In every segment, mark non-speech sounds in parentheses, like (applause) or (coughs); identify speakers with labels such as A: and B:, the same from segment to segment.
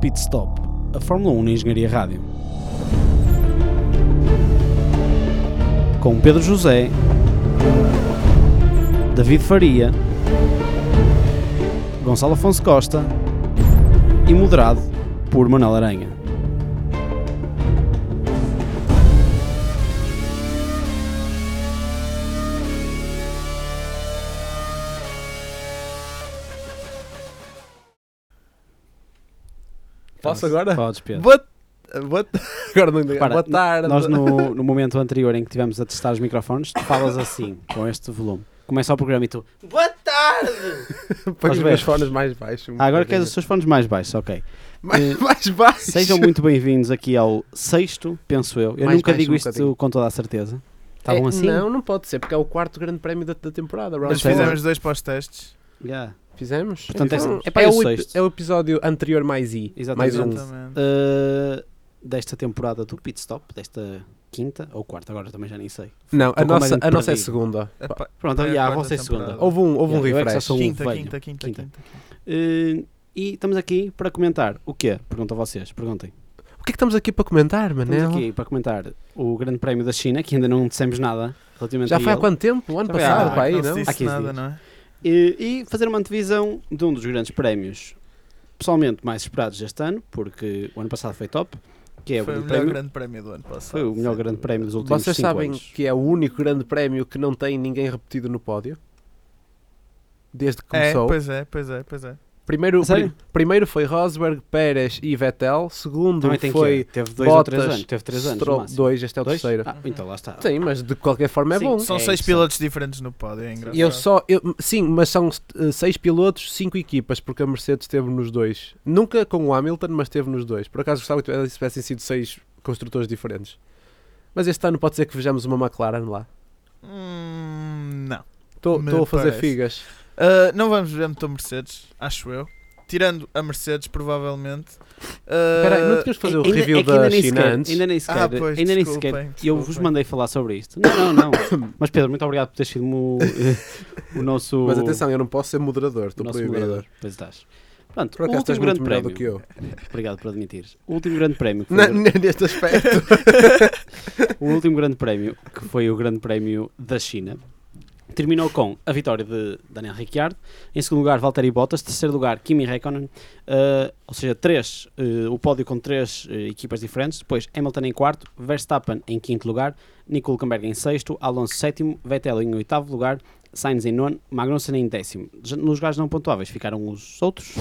A: Pit Stop, a Fórmula 1 na Engenharia Rádio. Com Pedro José, David Faria, Gonçalo Afonso Costa e moderado por Manuel Aranha.
B: Posso agora?
A: Podes, Pedro.
B: Boa, boa, agora não
A: Repara,
B: Boa tarde.
A: Nós, no, no momento anterior em que estivemos a testar os microfones, tu falas assim, com este volume. Começa o programa e tu. Boa tarde!
B: (laughs) Põe
A: aos
B: os meus
A: berros.
B: fones mais baixos. um
A: Ah, agora queres os seus fones mais baixos, ok.
B: mais, mais baixo.
A: (laughs) Sejam muito bem-vindos aqui ao sexto, penso eu. Eu
B: Mais
A: nunca
B: baixo
A: digo
B: um
A: isto
B: bocadinho.
A: com toda a certeza. Estavam
B: É,
A: assim?
B: Não, não pode ser, porque é o quarto grande prémio da, da temporada.
A: Mas
B: Round
C: Nós
A: sei
B: four.
A: lá.
C: fizemos dois pós-testes.
A: Yeah.
B: Fizemos?
A: Portanto, é- é para
B: é,
A: aí o
B: o, ep-
A: sexto.
B: é o episódio anterior mais I.
A: Exatamente. Então,
B: Mais um.
C: Exatamente.
A: Uh, desta temporada do Pit Stop, desta quinta ou quarta, agora também já nem sei.
B: Não, a
A: com
B: nossa,
A: medo de
B: a nossa é
A: perdido.
B: segunda.
C: Epá,
A: Pronto,
C: É a
A: yeah, a
C: quarta
A: vossa é a segunda.
C: temporada.
B: Houve um, houve um
A: Yeah, eu é que
B: refresh.
A: sou um
C: Quinta,
A: velho.
C: quinta, quinta,
A: Quinta.
C: quinta,
A: Uh, e estamos aqui para comentar o quê? Pergunto a vocês, perguntem.
B: O que é que estamos aqui para comentar,
A: um. Estamos
B: Manel?
A: aqui para comentar o Grande Prémio da China, que ainda não dissemos nada relativamente
B: Já
A: a
B: foi há
A: ele.
B: quanto tempo? O ano
A: Já foi há-
B: passado, pá, aí,
C: não,
B: não?
C: se
A: Há 15
C: disse nada,
A: dias.
C: não é?
A: E, e fazer uma antevisão de um dos grandes prémios, pessoalmente mais esperados deste ano, porque o ano passado foi top, que é o
C: Foi o
A: grande
C: melhor
A: prémio.
C: grande prémio do ano passado.
A: Foi o melhor
C: sem
A: grande
C: dúvida.
A: prémio dos últimos
B: Vocês
A: 5
B: sabem
A: anos.
B: que é o único grande prémio que não tem ninguém repetido no pódio? Desde que
C: É,
B: começou.
C: pois é, pois é, pois é.
B: Primeiro,
A: A sério?
B: pri- primeiro foi Rosberg, Pérez e Vettel. Segundo
A: Também tem
B: foi
A: que é. Teve 2 ou 3
B: Bottas.
A: anos. Teve 3 anos.
B: Stroll-
A: no máximo.
B: dois, este é o
A: Dois?
B: terceiro.
A: Ah, então lá está.
B: Sim, mas de qualquer forma é
A: Sim,
B: bom.
A: sim.
C: São
A: É
C: seis
A: isso.
C: pilotos diferentes no pódio, é engraçado.
B: Eu só, eu, sim, mas são eh, seis pilotos, cinco equipas, porque a Mercedes esteve nos dois. Nunca com o Hamilton, mas esteve nos dois. Por acaso gostava que tivesse- tivessem sido seis construtores diferentes. Mas este ano pode ser que vejamos uma McLaren lá.
C: Hum, não.
B: Estou
C: Me
B: estou a fazer
C: parece.
B: figas.
C: Ah, não vamos ver muito a Mercedes, acho eu. Tirando a Mercedes, provavelmente. Ah,
B: Espera aí, não tinhas de fazer o
A: Ainda-
B: review
A: é que
B: da
A: nem
B: China
A: sequer-
B: antes?
A: Ainda nem sequer.
C: Ah, pois,
A: ainda nem
C: desculpem,
A: sequer. Eu vos
C: desculpem.
A: mandei falar sobre isto. Não, não,
B: (coughs)
A: não. Mas Pedro, muito obrigado por ter sido
B: (laughs)
A: mo- o nosso.
B: Mas atenção, eu não posso ser moderador,
A: o
B: estou
A: nosso
B: proibido.
A: moderador. Pois estás. Pronto,
B: Por
A: o
B: acaso estás
A: último
B: muito
A: grande
B: melhor
A: prémio.
B: do que eu.
A: Obrigado por admitires. O último grande prémio. que foi o
B: Na-
A: grande-
B: (laughs) Neste aspecto.
A: (laughs) O último grande prémio, que foi o grande prémio da China, terminou com a vitória de Daniel Ricciardo, em segundo lugar Valtteri Bottas, terceiro lugar Kimi Räikkönen, eh, ou seja, três, eh, o pódio com três eh, equipas diferentes, depois Hamilton em quarto, Verstappen em quinto lugar, Nico Hülkenberg em sexto, Alonso sétimo, Vettel em oitavo lugar, Sainz em nono, Magnussen em décimo. Já Nos lugares não pontuáveis ficaram os outros,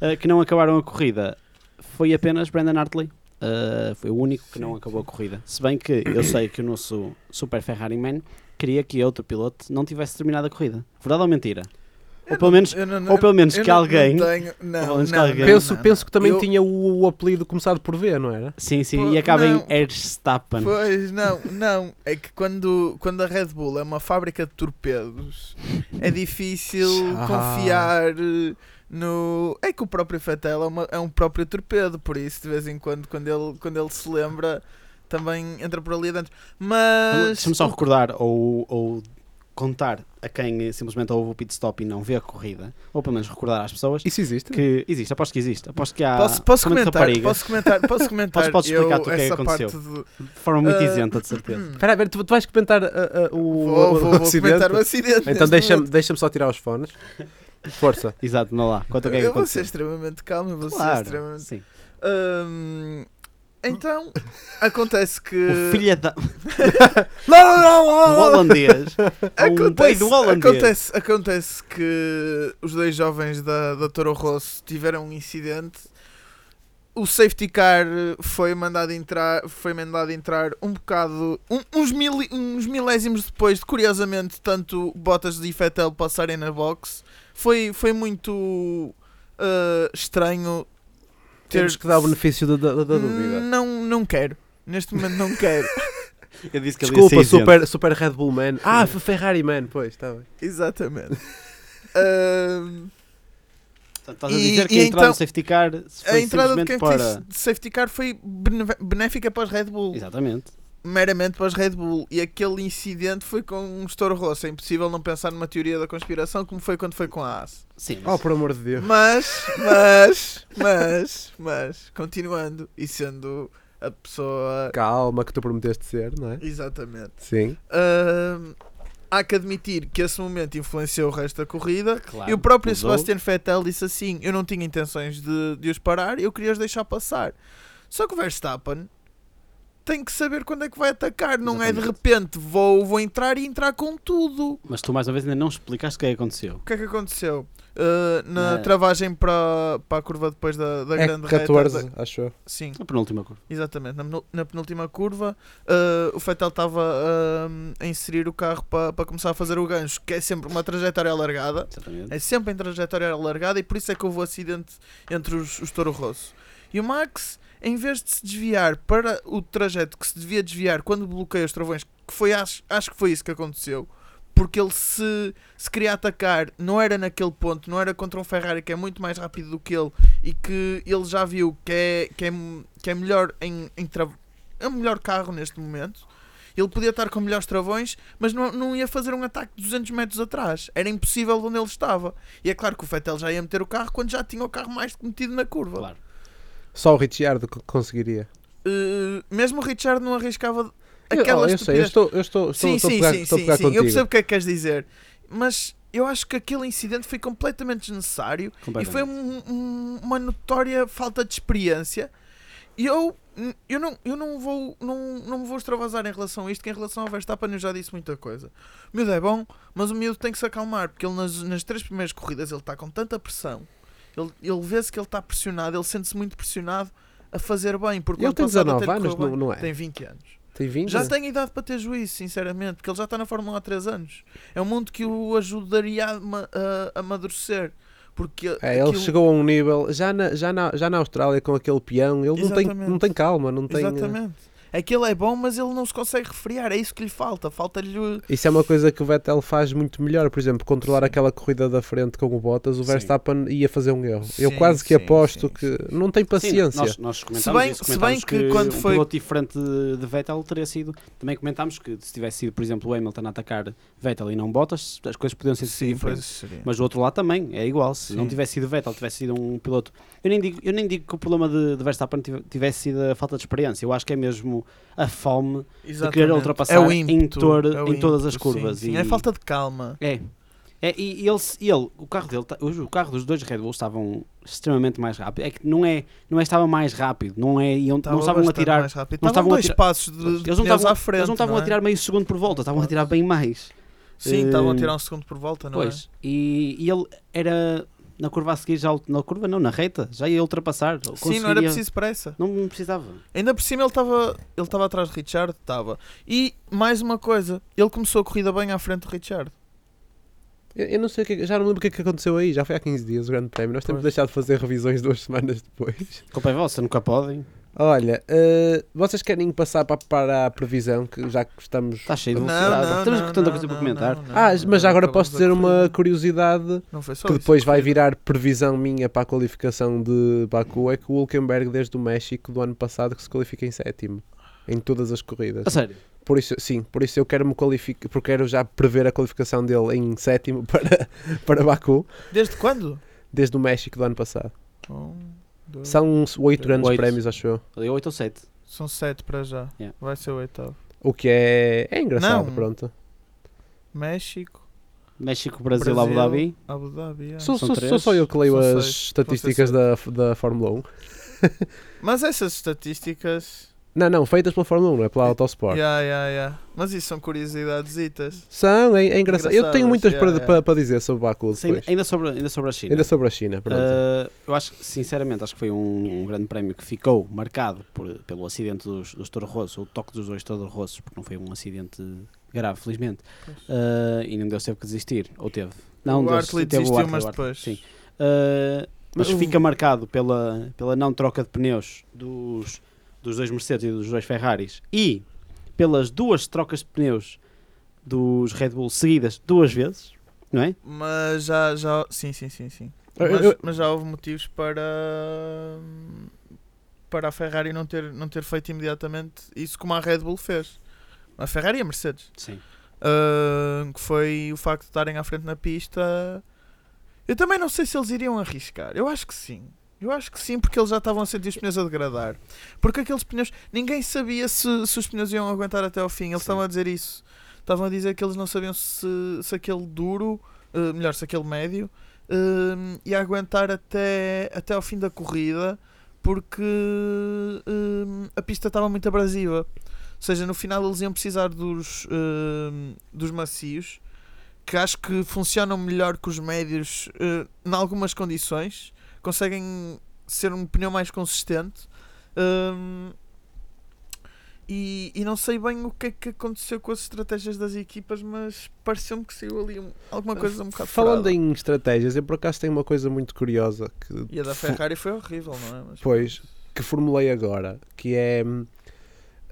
A: eh, que não acabaram a corrida. Foi apenas Brandon Hartley, Uh, foi o único que não acabou a corrida. Se bem que eu sei que o nosso Super Ferrari Man queria que outro piloto não tivesse terminado a corrida. Verdade ou mentira?
C: Eu
A: ou pelo
C: não-
A: menos-
C: eu não-
A: ou pelo menos
C: eu
A: que
C: não-
A: alguém-
C: Não, tenho- não,
A: pelo menos que
C: não,
A: alguém-
C: não,
B: penso,
C: não,
B: penso que também
C: Eu-
B: tinha o, o apelido começado por V, não era?
A: Sim, sim,
C: Pô,
A: e acaba em
C: não.
A: Verstappen.
C: Pois, não, não. É que quando, quando a Red Bull é uma fábrica de torpedos, é difícil
B: Ah.
C: confiar eh, no. É que o próprio Fatel é, uma- é um próprio torpedo, por isso, de vez em quando, quando ele, quando ele se lembra, também entra por ali dentro. Mas.
A: Deixa-me só recordar ou, ou contar a quem eh, simplesmente ouve o pit stop e não vê a corrida, ou pelo menos recordar às pessoas
B: Isso existe?
A: que existe, aposto que existe, aposto que há
C: Posso, posso
A: somente
C: comentar?
A: raparigas.
C: Posso comentar?
A: (laughs)
C: Posso comentar?
A: podes
C: eu,
A: explicar-te o que é que
C: essa
A: aconteceu.
C: parte do-
A: de forma muito
C: Ah,
A: isenta, de certeza.
B: Espera, aí, tu, tu vais comentar ah, ah, o,
C: Vou,
B: o-
C: vou,
B: o
C: vou
B: acidente?
C: comentar o acidente.
B: Então
C: neste (laughs)
B: deixa-me
C: momento.
B: deixa só tirar os fones. (laughs) Força.
A: Exato, não lá. Quanto é que é que
C: Eu vou ser
A: aconteceu?
C: extremamente calmo, eu vou ser
A: Claro,
C: extremamente.
A: sim.
C: Hum, então, (laughs) acontece que.
A: O filho é
C: (laughs)
A: da...
B: Não, não,
A: o holandês. um boi do holandês.
C: acontece, acontece que os dois jovens da, da Toro Rosso tiveram um incidente. O safety car foi mandado entrar, foi mandado entrar um bocado, um- uns, mili- uns milésimos depois de, curiosamente, tanto Bottas e Fettel passarem na box. Foi, foi muito ah, estranho
B: Temos que dar o benefício da, da- da dúvida.
C: Hum, Não, não quero. Neste momento não quero.
A: Eu disse que ele ia
B: Desculpa,
A: ser isento.
B: super, super Red Bull Man. Ah, F- Ferrari Man, pois, está bem.
C: (laughs) Exatamente. Ahm,
A: Portanto, Estás a
C: E-
A: dizer que
C: e
A: a entrada
C: então-
A: do safety car se foi
C: a entrada de
A: simplesmente
C: quem
A: para...
C: fez de safety car foi bene- benéfica para os Red Bull.
A: Exatamente.
C: meramente para os Red Bull. E aquele incidente foi com um estouro rosso. É impossível não pensar numa teoria da conspiração, como foi quando foi com a AS.
A: Sim,
B: Oh,
A: mas
B: por amor de Deus.
C: Mas, mas, mas, mas, continuando e sendo a pessoa.
B: Calma, que tu prometeste ser, não é?
C: Exatamente.
B: Sim.
C: Ahm, há que admitir que esse momento influenciou o resto da corrida.
A: claro,
C: e o próprio
A: mudou.
C: Sebastian Vettel disse assim: Eu não tinha intenções de, de os parar, eu queria os deixar passar. Só que o Verstappen tem que saber quando é que vai atacar, não é de
A: Exatamente.
C: repente vou, vou entrar e entrar com tudo.
A: Mas tu mais uma vez ainda não explicaste o que é que aconteceu.
C: O que é que aconteceu? Ah, na
A: Na-
C: travagem para, para a curva depois da, da
B: É
C: grande reta,
B: 14,
C: da-
B: acho eu.
C: sim,
A: A penúltima curva.
C: exatamente. Na, penul- na penúltima curva, ah, o Fettel estava ah, a inserir o carro para, para começar a fazer o gancho, que é sempre uma trajetória alargada.
A: Exatamente.
C: É sempre em trajetória alargada e por isso é que houve o acidente entre os, os Toro Rosso. E o Max, em vez de se desviar para o trajeto que se devia desviar quando bloqueia os travões, que foi, acho, acho que foi isso que aconteceu, porque ele se, se queria atacar, não era naquele ponto, não era contra um Ferrari que é muito mais rápido do que ele e que ele já viu que é, que é, que é melhor em, em tra- é o melhor carro neste momento. Ele podia estar com melhores travões, mas não, não ia fazer um ataque de 200 metros atrás. Era impossível onde ele estava. E é claro que o Fettel já ia meter o carro quando já tinha o carro mais metido na curva.
A: Claro.
B: Só o Ricciardo co- conseguiria.
C: Eh, mesmo o Richard não arriscava
B: Eu-
C: aquela
B: oh, eu sei, eu
C: estupidez.
B: estou, eu estou, estou,
C: sim,
B: estou
C: sim,
B: a pegar,
C: sim,
B: estou a
C: sim,
B: pegar
C: sim.
B: contigo.
C: Eu percebo o que é que queres dizer. Mas eu acho que aquele incidente foi completamente desnecessário E
A: Completamente.
C: foi um- um- uma notória falta de experiência. E eu, eu, não, eu não, vou, não, não me vou extravasar em relação a isto, que em relação ao Verstappen eu já disse muita coisa. O miúdo é bom, mas o miúdo tem que se acalmar, porque ele nas, nas três primeiras corridas ele está com tanta pressão, ele, ele vê-se que ele está pressionado, ele sente-se muito pressionado a fazer bem, porque
B: Ele
C: ano
B: tem
C: passado
B: 19
C: até lhe
B: anos,
C: correu bem.
B: não- não é?
C: Tem 20 anos.
B: Tem né? 20?
C: Já tem idade para ter juízo, sinceramente, porque ele já está na Fórmula 1 há 3 anos. É um mundo que o ajudaria a, ma- a- a amadurecer. Porque
B: É, ele
C: aquilo-
B: chegou a um nível, já na, já na, já na Austrália com aquele peão, ele não tem,
C: Exatamente.
B: não tem calma, não tem... eh,
C: Exatamente.
A: né?
C: É que ele é bom, mas ele não se consegue refriar. É isso que lhe falta. Falta-lhe. o-
B: Isso é uma coisa que o Vettel faz muito melhor, por exemplo, controlar aquela corrida da frente com o Bottas, o
A: Sim.
B: Verstappen ia fazer um erro.
C: Sim,
B: eu quase que
C: sim,
B: aposto
C: sim,
B: que não tem
A: Sim,
B: paciência.
A: nós, nós comentámos,
C: Se bem-
A: isso,
C: se
A: comentámos
C: bem que quando
A: um
C: foi-
A: piloto diferente de de Vettel teria sido. Também comentámos que se tivesse sido, por exemplo, o Hamilton a atacar Vettel e não Bottas, as coisas podiam ser diferentes. Mas do outro lado também é igual. Se não
C: Sim.
A: tivesse sido Vettel, tivesse sido um piloto. Eu nem digo, eu nem digo que o problema de, de Verstappen tive- tivesse sido a falta de experiência. Eu acho que é mesmo a fome.
C: Exatamente.
A: querer ultrapassar
C: É o
A: em
C: ímpeto,
A: tor-
C: é o
A: em todas
C: ímpeto,
A: as curvas
C: sim, sim.
A: e-
C: É falta de calma.
A: É. É, e e ele, se- ele, o carro dele, ta- os- o carro dos dois Red Bulls estavam extremamente mais rápido. É que não é, não é estava mais rápido, não é, iam,
C: Estava
A: não estavam a
C: bastante
A: tirar
C: mais rápido.
A: não
C: Estavam
A: estavam a
C: dois
A: tirar-
C: passos de, de
A: Eles não
C: pneus
A: estavam-
C: à frente.
A: Eles não estavam
C: é?
A: a tirar meio segundo por volta, estavam a tirar bem mais.
C: Sim, estavam a
A: eh,
C: tirar um segundo por volta, não é?
A: pois. E, e ele era na curva a seguir, já ult- na curva não, na reta, já ia ultrapassar.
C: é? Sim, não era
A: conseguiria-
C: preciso pressa.
A: Não precisava.
C: Ainda por cima ele estava ele estava atrás de Richard, estava. E mais uma coisa, ele começou a corrida bem à frente do Richard.
B: Eu, eu não sei, o que, é que- já não lembro o que é que aconteceu aí, já foi há 15 dias o Grande Prémio, nós temos
C: Pois.
B: deixado de fazer revisões duas semanas depois.
A: Culpa é vossa, nunca podem.
B: Olha, eh, vocês querem passar para, para a previsão, que já que estamos...
A: Está cheio de velocidade. Temos tanta coisa para comentar.
B: Ah, mas já agora
C: acabamos
B: posso dizer
C: a
B: uma
C: corrida.
B: curiosidade
C: Não foi só
B: que
C: Então, isso, é
B: depois vai
C: corrida.
B: virar previsão minha para a qualificação de Baku é que o Hulkenberg desde o México do ano passado que se qualifica em sétimo em todas as corridas.
A: A sério.
B: Por isso, sim, por isso eu quero me qualificar, porque quero já prever a qualificação dele em sétimo (laughs) para para Baku
C: Desde quando?
B: desde o México do ano passado.
C: Um, dois,
B: São uns oito grandes
A: Oito.
B: prémios, acho eu.
A: Ali 8 ou 7.
C: São sete para já.
A: Yeah.
C: Vai ser o oitavo.
B: O que é, é engraçado,
C: Não.
B: pronto.
C: México,
A: México, Brasil,
C: Brasil.
A: Abu Dhabi.
C: Abu Dhabi. yeah.
B: Sou,
A: São
B: sou, sou
A: três.
B: só eu que leio
C: São
B: as
C: seis.
B: estatísticas da, da Fórmula 1.
C: Mas essas estatísticas.
B: Não, não, feitas pela Fórmula 1, não é pela Autosport.
C: Yeah, yeah, yeah. Mas isso são curiosidadezitas.
B: São, é, é engraçado. Eu tenho
C: Engraçadas,
B: muitas para,
C: yeah, yeah.
B: para- para dizer sobre o Baku
A: Sim, é
B: depois.
A: ainda, sobre, ainda sobre a China.
B: Ainda sobre a China, pronto.
C: Eh,
A: Ah, eu acho que, sinceramente, acho que foi um, um grande prémio que ficou marcado por, pelo acidente dos, dos Toro Rosso, o toque dos dois Toro Rossos, porque não foi um acidente grave, felizmente. Ah, e não deu teve que desistir, ou teve. Não, é
C: o
A: deu-
C: Hartley
A: teve o
C: desistiu,
A: Hartley,
C: mas
A: o Hartley,
C: depois.
A: Sim. Ah, mas
B: Mas o-
A: fica marcado pela, pela não troca de pneus dos, dos dois Mercedes e dos dois Ferraris e pelas duas trocas de pneus dos Red Bull seguidas duas vezes, não é?
C: Mas já, já. Sim, sim, sim, sim.
B: Eu-
C: Mas,
B: eu-
C: mas já houve motivos para. para a Ferrari não ter, não ter feito imediatamente isso como a Red Bull fez. A Ferrari e a Mercedes.
A: Sim.
C: Uh, que foi o facto de estarem à frente na pista. Eu também não sei se eles iriam arriscar. Eu acho que sim. Eu acho que sim, porque eles já estavam a sentir os pneus a degradar. Porque aqueles pneus. Ninguém sabia se, se os pneus iam aguentar até ao fim. Eles
A: Sim.
C: estavam a dizer isso. Estavam a dizer que eles não sabiam se, se aquele duro, eh, melhor, se aquele médio, eh, ia aguentar até, até ao fim da corrida, porque eh, a pista estava muito abrasiva. Ou seja, no final eles iam precisar dos, hum, dos macios, que acho que funcionam melhor que os médios eh, em algumas condições, conseguem ser um pneu mais consistente. hum, e, e não sei bem o que é que aconteceu com as estratégias das equipas, mas pareceu-me que saiu ali um- alguma coisa um bocado
B: Falando
C: furada.
B: em estratégias, eu por acaso tenho uma coisa muito curiosa que
C: E a da Ferrari foi horrível, não é? Mas-
B: Pois, que formulei agora, que é. hum,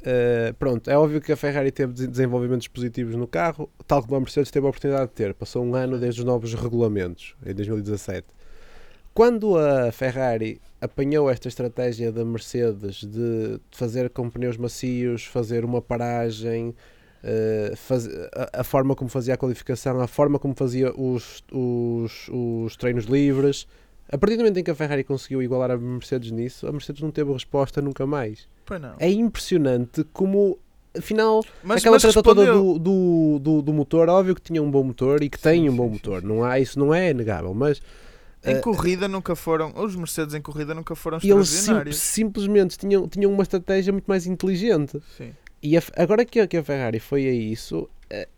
B: eh, pronto, é óbvio que a Ferrari teve des- desenvolvimentos positivos no carro, tal como a Mercedes teve a oportunidade de ter. Passou um ano desde os novos regulamentos, em 2017. Quando a Ferrari apanhou esta estratégia da Mercedes de fazer com pneus macios, fazer uma paragem, eh, faz- a, a forma como fazia a qualificação, a forma como fazia os, os, os treinos livres, a partir do momento em que a Ferrari conseguiu igualar a Mercedes nisso, a Mercedes não teve resposta nunca mais.
C: Pois não.
B: É impressionante como, afinal,
C: Mas,
B: aquela
C: mas
B: treta toda
C: respondeu.
B: do, do, do, do motor, óbvio que tinha um bom motor e que tem um
C: sim,
B: bom
C: sim,
B: motor, não há, isso não é negável, mas
C: Em
B: eh,
C: corrida nunca foram. Os Mercedes em corrida nunca foram
B: eles sim,
C: extraordinários.
B: simplesmente tinham, tinham uma estratégia muito mais inteligente.
C: Sim.
B: E a- agora que a, que a Ferrari foi a isso, é,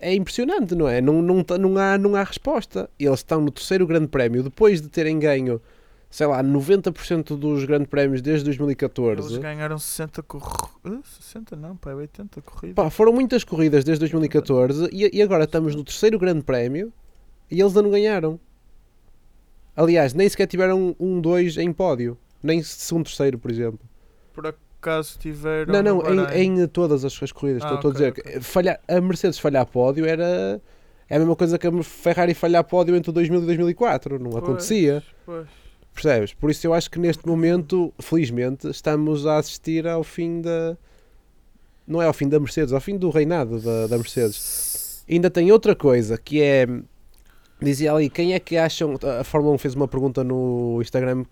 B: é impressionante, não é? Não, não, tá- não, há, não há resposta. Eles estão no terceiro Grande Prémio, depois de terem ganho, sei lá, 90% dos Grandes Prémios desde
C: Eles
B: 2014.
C: ganharam 60 corridas. 60 não, pá, é 80 corridas.
B: Pá, foram muitas corridas desde 2014 e, e agora estamos no terceiro Grande Prémio e eles ainda não ganharam. Aliás, nem sequer tiveram um, dois em pódio. Nem segundo, terceiro, por exemplo.
C: Por acaso tiveram.
B: Não, não,
C: no Bahrein.
B: em, em todas as suas corridas.
C: Ah,
B: estou, estou a
C: ok,
B: dizer que falhar, a Mercedes falhar pódio era é a mesma coisa que a Ferrari falhar pódio entre o 2000 e 2004. Não
C: Pois,
B: acontecia,
C: pois.
B: percebes? Por isso eu acho que neste momento, felizmente, estamos a assistir ao fim da. Não é ao fim da Mercedes, ao fim do reinado da, da Mercedes. Ainda tem outra coisa que é. Dizia ali, quem é que acham. A Fórmula 1 fez uma pergunta no Instagram.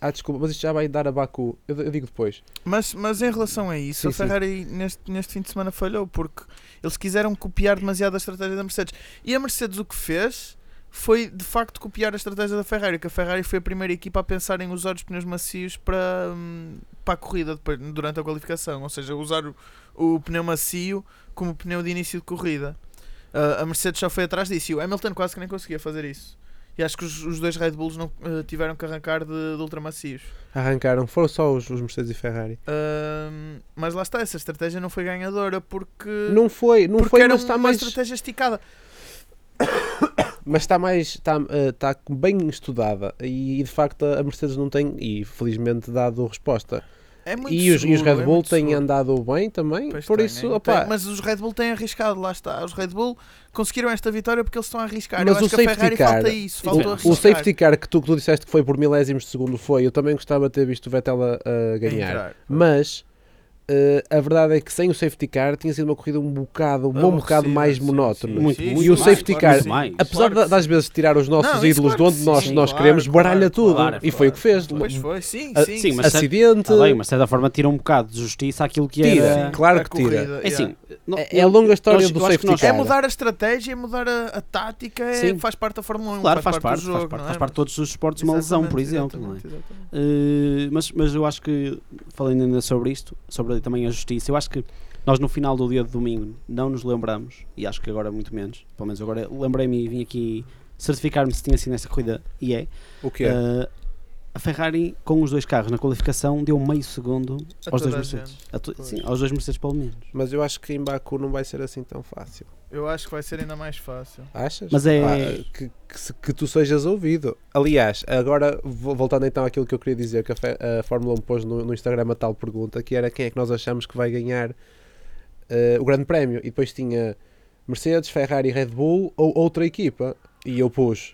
B: Ah, desculpa, mas isto já vai dar a Baku. Eu, eu digo depois.
C: Mas, mas em relação a isso,
B: Sim,
C: a
B: sim.
C: Ferrari neste, neste fim de semana falhou porque eles quiseram copiar demasiado a estratégia da Mercedes. E a Mercedes o que fez foi de facto copiar a estratégia da Ferrari, que a Ferrari foi a primeira equipa a pensar em usar os pneus macios para, hum, para a corrida depois, durante a qualificação, ou seja, usar o, o pneu macio como pneu de início de corrida. Ah, a Mercedes só foi atrás disso e o Hamilton quase que nem conseguia fazer isso. E acho que os, os dois Red Bulls não, eh, tiveram que arrancar de, de ultramacios.
B: Arrancaram, foram só os- os Mercedes e Ferrari.
C: Ahm, mas lá está, essa estratégia não foi ganhadora porque,
B: Não foi, não
C: porque
B: foi,
C: era
B: mas
C: uma
B: está mais,
C: estratégia esticada.
B: mas está mais, está, eh, está bem estudada e, de facto a Mercedes não tem e felizmente dado resposta.
C: É muito
B: E os, e os
C: seguro,
B: Red
C: é
B: Bull
C: muito
B: têm
C: seguro.
B: andado bem também,
C: Pois
B: por
C: tem,
B: isso,
C: é,
B: opá,
C: tem, mas os Red Bull têm arriscado, lá está. Os Red Bull conseguiram esta vitória porque eles estão a arriscar.
B: Mas
C: Eu acho
B: o
C: que a
B: safety
C: Ferrari
B: car-
C: falta isso, falta
A: o
B: o, o safety car que tu, que tu disseste que foi por milésimos de segundo foi, eu também gostava de ter visto o Vettel a, a ganhar, mas eh, a verdade é que sem o safety car tinha sido uma corrida um bocado, um
A: Oh,
B: bom bocado mais monótona.
A: Muito,
B: sim,
A: muito
B: E o
A: mais,
B: safety
A: claro que
B: car,
A: sim. mais.
B: Apesar
C: Claro que
B: da- das vezes tirar os nossos
C: Não, isso
B: ídolos
C: claro
B: de
C: que
B: onde nós,
C: sim,
B: nós
C: claro,
B: queremos,
C: claro,
B: baralha tudo.
A: claro,
B: e foi o que fez.
C: Pois foi, sim,
B: Ah,
C: sim.
A: sim, mas-
B: Acidente.
A: Está bem, mas de certa forma tira um bocado de justiça aquilo que
B: Tira,
A: era.
B: sim, claro
C: a
B: que tira.
C: corrida,
A: É assim,
C: yeah.
A: não-
B: É- é a longa história
A: nós-
B: do
A: eu acho que
B: safety
A: nós-
B: car.
C: É mudar a estratégia, é mudar a, a tática, é,
A: Sim.
C: faz parte da Fórmula 1,
A: Claro,
C: faz,
A: faz
C: parte do jogo.
A: parte,
C: não é?
A: faz parte de todos os esportes uma lesão, por
C: Exatamente,
A: exemplo. não é?
C: exatamente, exatamente.
A: Uh, mas, mas eu acho que, falando ainda sobre isto, sobre também a justiça, eu acho que nós no final do dia de domingo não nos lembramos, e acho que agora muito menos, pelo menos agora lembrei-me e vim aqui certificar-me se tinha sido nessa corrida, e é.
B: O que é?
A: Uh, a Ferrari, com os dois carros na qualificação, deu meio segundo
C: A
A: aos dois
C: toda a gente.
A: Mercedes. A to-
C: Pois.
A: sim, aos dois Mercedes, pelo menos.
B: Mas eu acho que em Baku não vai ser assim tão fácil.
C: Eu acho que vai ser ainda mais fácil.
B: Achas?
A: Mas é-
B: Ah, que, que, se- que tu sejas ouvido. Aliás, agora vo- voltando então àquilo que eu queria dizer, que a, Fe- a Fórmula 1 pôs no, no Instagram a tal pergunta, que era quem é que nós achamos que vai ganhar eh, o Grande Prémio. E depois tinha Mercedes, Ferrari, Red Bull ou outra equipa. E eu pus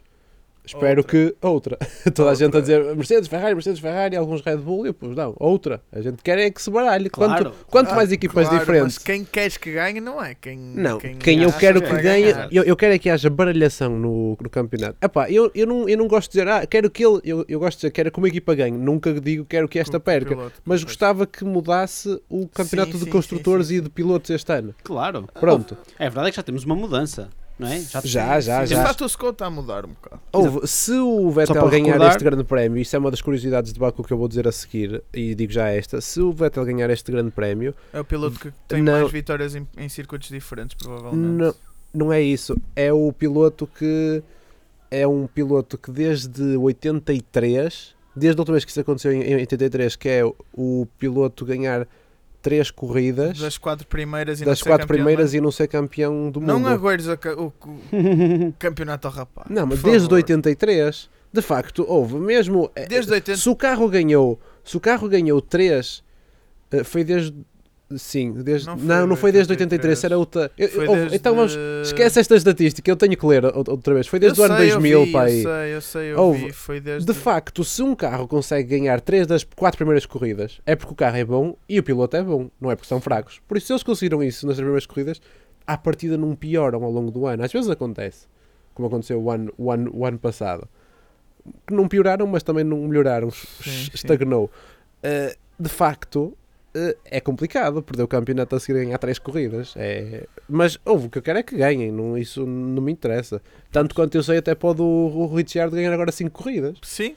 B: Espero
C: Outra.
B: que outra. (laughs) Toda a gente
C: Outra.
B: a dizer Mercedes, Ferrari, Mercedes, Ferrari, alguns Red Bull. E eu, pois não, outra. A gente quer é que se baralhe.
A: Claro.
B: Quanto, quanto
C: Ah,
B: mais equipas
C: claro,
B: diferentes.
C: Mas quem queres que ganhe não é quem.
B: Não, quem, eu
C: acha
B: quero
C: que
B: que
C: vai
B: ganhe,
C: ganhar.
B: eu, eu quero é que haja baralhação no, no campeonato. Epá, eu, eu, não, eu não gosto de dizer, ah, quero que ele, eu, eu gosto de dizer, quero é que uma equipa ganhe, nunca digo quero que esta
C: Que o
B: perca,
C: piloto,
B: mas
C: pois.
B: gostava que mudasse o campeonato
C: sim,
B: de
C: sim,
B: construtores
C: sim,
B: e de pilotos este ano.
A: Claro.
B: Pronto,
A: É verdade é que já temos uma mudança, não é? Já,
B: já, já,
C: De
A: sim.
B: já.
C: facto, o Scott está a mudar um bocado.
B: Houve- se o Vettel
A: para
B: ganhar
A: recordar-
B: este grande prémio, isso é uma das curiosidades de Baku que eu vou dizer a seguir, e digo já esta, se o Vettel ganhar este grande prémio,
C: É o piloto que tem
B: Não.
C: mais vitórias em, em circuitos diferentes, provavelmente.
B: Não, não é isso. É o piloto que é um piloto que desde 83, desde a última vez que isso aconteceu em em 83, que é o piloto ganhar três corridas das,
C: Das quatro primeiras e não ser
B: quatro
C: campeão,
B: primeiras e não ser campeão do
C: Não
B: mundo.
C: aguardes o, ca- o-
B: (laughs)
C: o campeonato ao rapaz.
B: Não, mas
C: por
B: desde
C: favor.
B: 83, de facto, houve mesmo. eh,
C: Desde 80.
B: Se o carro ganhou, se o carro ganhou 3, foi desde Sim, desde,
C: Não
B: não,
C: foi
B: foi não foi desde 83,
C: 83,
B: era outra. eu-
C: Foi
B: houve-
C: desde-
B: então vamos, Esquece esta estatística, eu tenho que ler out- outra vez. Foi desde
C: Eu
B: o ano
C: sei, eu
B: 2000
C: vi,
B: para aí.
C: Eu sei, eu sei, eu
B: Houve-
C: vi. Foi desde.
B: De facto, se um carro consegue ganhar 3 das 4 primeiras corridas, é porque o carro é bom e o piloto é bom, não é porque são fracos. Por isso, se eles conseguiram isso nas primeiras corridas, à partida não pioram ao longo do ano. Às vezes acontece, como aconteceu o ano, o ano, o ano passado. Que não pioraram, mas também não melhoraram,
C: sim.
B: estagnou. Uh, de facto, uh, é complicado perder o campeonato a seguir a ganhar 3 corridas. É... Mas houve, o que eu quero é que ganhem, não, isso não me interessa. Tanto quanto eu sei, até pode o, o Richard ganhar agora 5 corridas
C: Sim,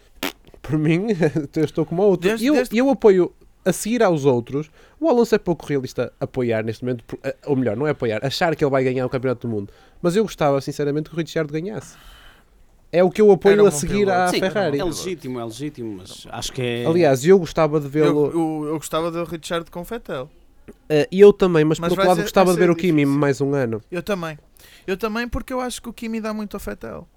B: por mim, (laughs) eu estou como a outra.
C: Desde-
B: e eu,
C: desde-
B: eu apoio a seguir aos outros. O Alonso é pouco realista apoiar neste momento, por- eh, ou melhor, não é apoiar, achar que ele vai ganhar o Campeonato do Mundo. Mas eu gostava, sinceramente, que o Richard ganhasse. É o que eu
C: Era
B: apoio
C: um
B: a
C: bom
B: seguir
C: piloto.
B: à
A: Sim,
B: Ferrari.
A: é legítimo, é legítimo, mas acho que é.
B: Aliás, eu gostava de
C: eu,
B: vê-lo.
C: eu, eu gostava do Richard com Fettel.
B: eh, E eu, também, mas,
C: Mas
B: por
C: vai
B: outro lado,
C: ser-
B: gostava
C: vai
B: de ver
C: ser
B: o Kimi
C: difícil.
B: mais um ano.
C: Eu também. Eu também, porque eu acho que o Kimi dá muito ao Fettel.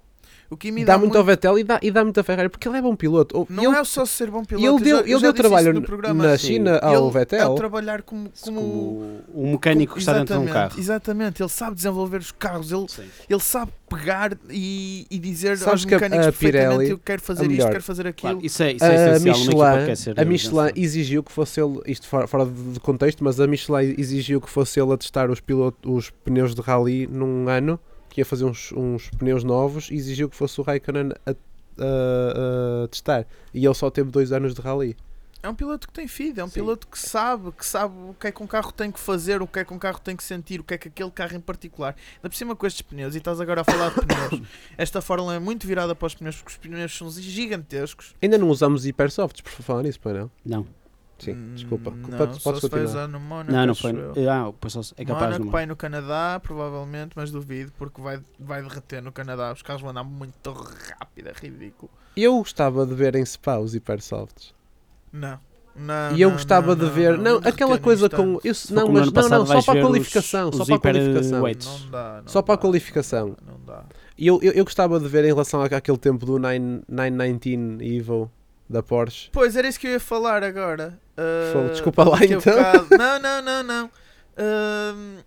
C: O Kimi
B: dá muito ao Vettel e dá, e dá muito a Ferrari, porque ele é bom piloto. Ou-
C: Não
B: ele,
C: é só ser bom piloto.
B: ele
C: eu
B: deu, ele
C: já- eu já
B: deu
C: disse isso
B: trabalho
C: no programa. assim.
B: na
A: sim.
B: China ao
C: ele
B: Vettel.
C: É trabalhar como, como,
A: como um mecânico que está dentro de um
C: exatamente,
A: carro.
C: Exatamente, ele sabe desenvolver os carros, ele,
A: Sim.
C: ele sabe pegar e, e dizer
B: Sabes
C: aos
B: que a-
C: mecânicos
B: a
C: perfeitamente
B: Pirelli,
C: eu quero
B: a
C: fazer isto,
B: melhor.
C: quero fazer aquilo.
A: Claro, isso é, isso é
B: a
A: essencial numa equipa que quer ser
B: Michelin, a Michelin
A: vencedora.
B: exigiu que fosse ele, isto fora, fora de contexto, mas a Michelin exigiu que fosse ele a testar os, piloto, os pneus de rally num ano, que ia fazer uns, uns pneus novos, e exigiu que fosse o Raikkonen a, a- a testar. E ele só teve dois anos de rally.
C: É um piloto que tem feed, é um
A: Sim.
C: piloto que sabe, que sabe o que é que um carro tem que fazer, o que é que um carro tem que sentir, o que é que aquele carro em particular. Ainda por cima com estes pneus, e estás agora a falar
B: (coughs)
C: de pneus. Esta fórmula é muito virada para os pneus, porque os pneus são gigantescos.
B: Ainda não usamos hipersofts, por falar nisso, pois não?
A: Não,
B: Sim,
C: Hum,
B: desculpa.
C: Não,
B: Podes,
C: só
B: podes
C: se vai
B: continuar.
C: usar no Mónaco,
A: não, não
C: acho
A: foi.
C: eu.
A: Ah, pois só- é capaz de
C: Mónaco,
A: uma.
C: vai no Canadá, provavelmente, mas duvido, porque vai, vai derreter no Canadá. Os carros vão andar muito rápido, é ridículo.
B: Eu gostava de ver em Spa os hipersofts.
C: Não. não
B: e eu
C: não,
B: gostava
C: não,
B: de ver. Não,
C: derreter
B: aquela
C: no
B: coisa com.
C: instante.
B: eu-
A: Foi
B: não,
A: como no
B: mas
A: ano
B: não,
A: passado,
B: não, só
A: vais
B: para a
A: ver os-
B: qualificação. Só
A: os
B: para a
A: hiper, eh,
B: qualificação.
A: weight.
C: Não dá, não
B: Só para a
C: dá,
B: qualificação.
C: Não dá.
B: E eu, eu, eu gostava de ver em relação à- àquele tempo do 9 919 Evil da Porsche.
C: Pois, era isso que eu ia falar agora. Ah,
B: Fogo, desculpa lá,
C: daqui a
B: então. (laughs)
C: bocado- Não, não, não, não. Ahm,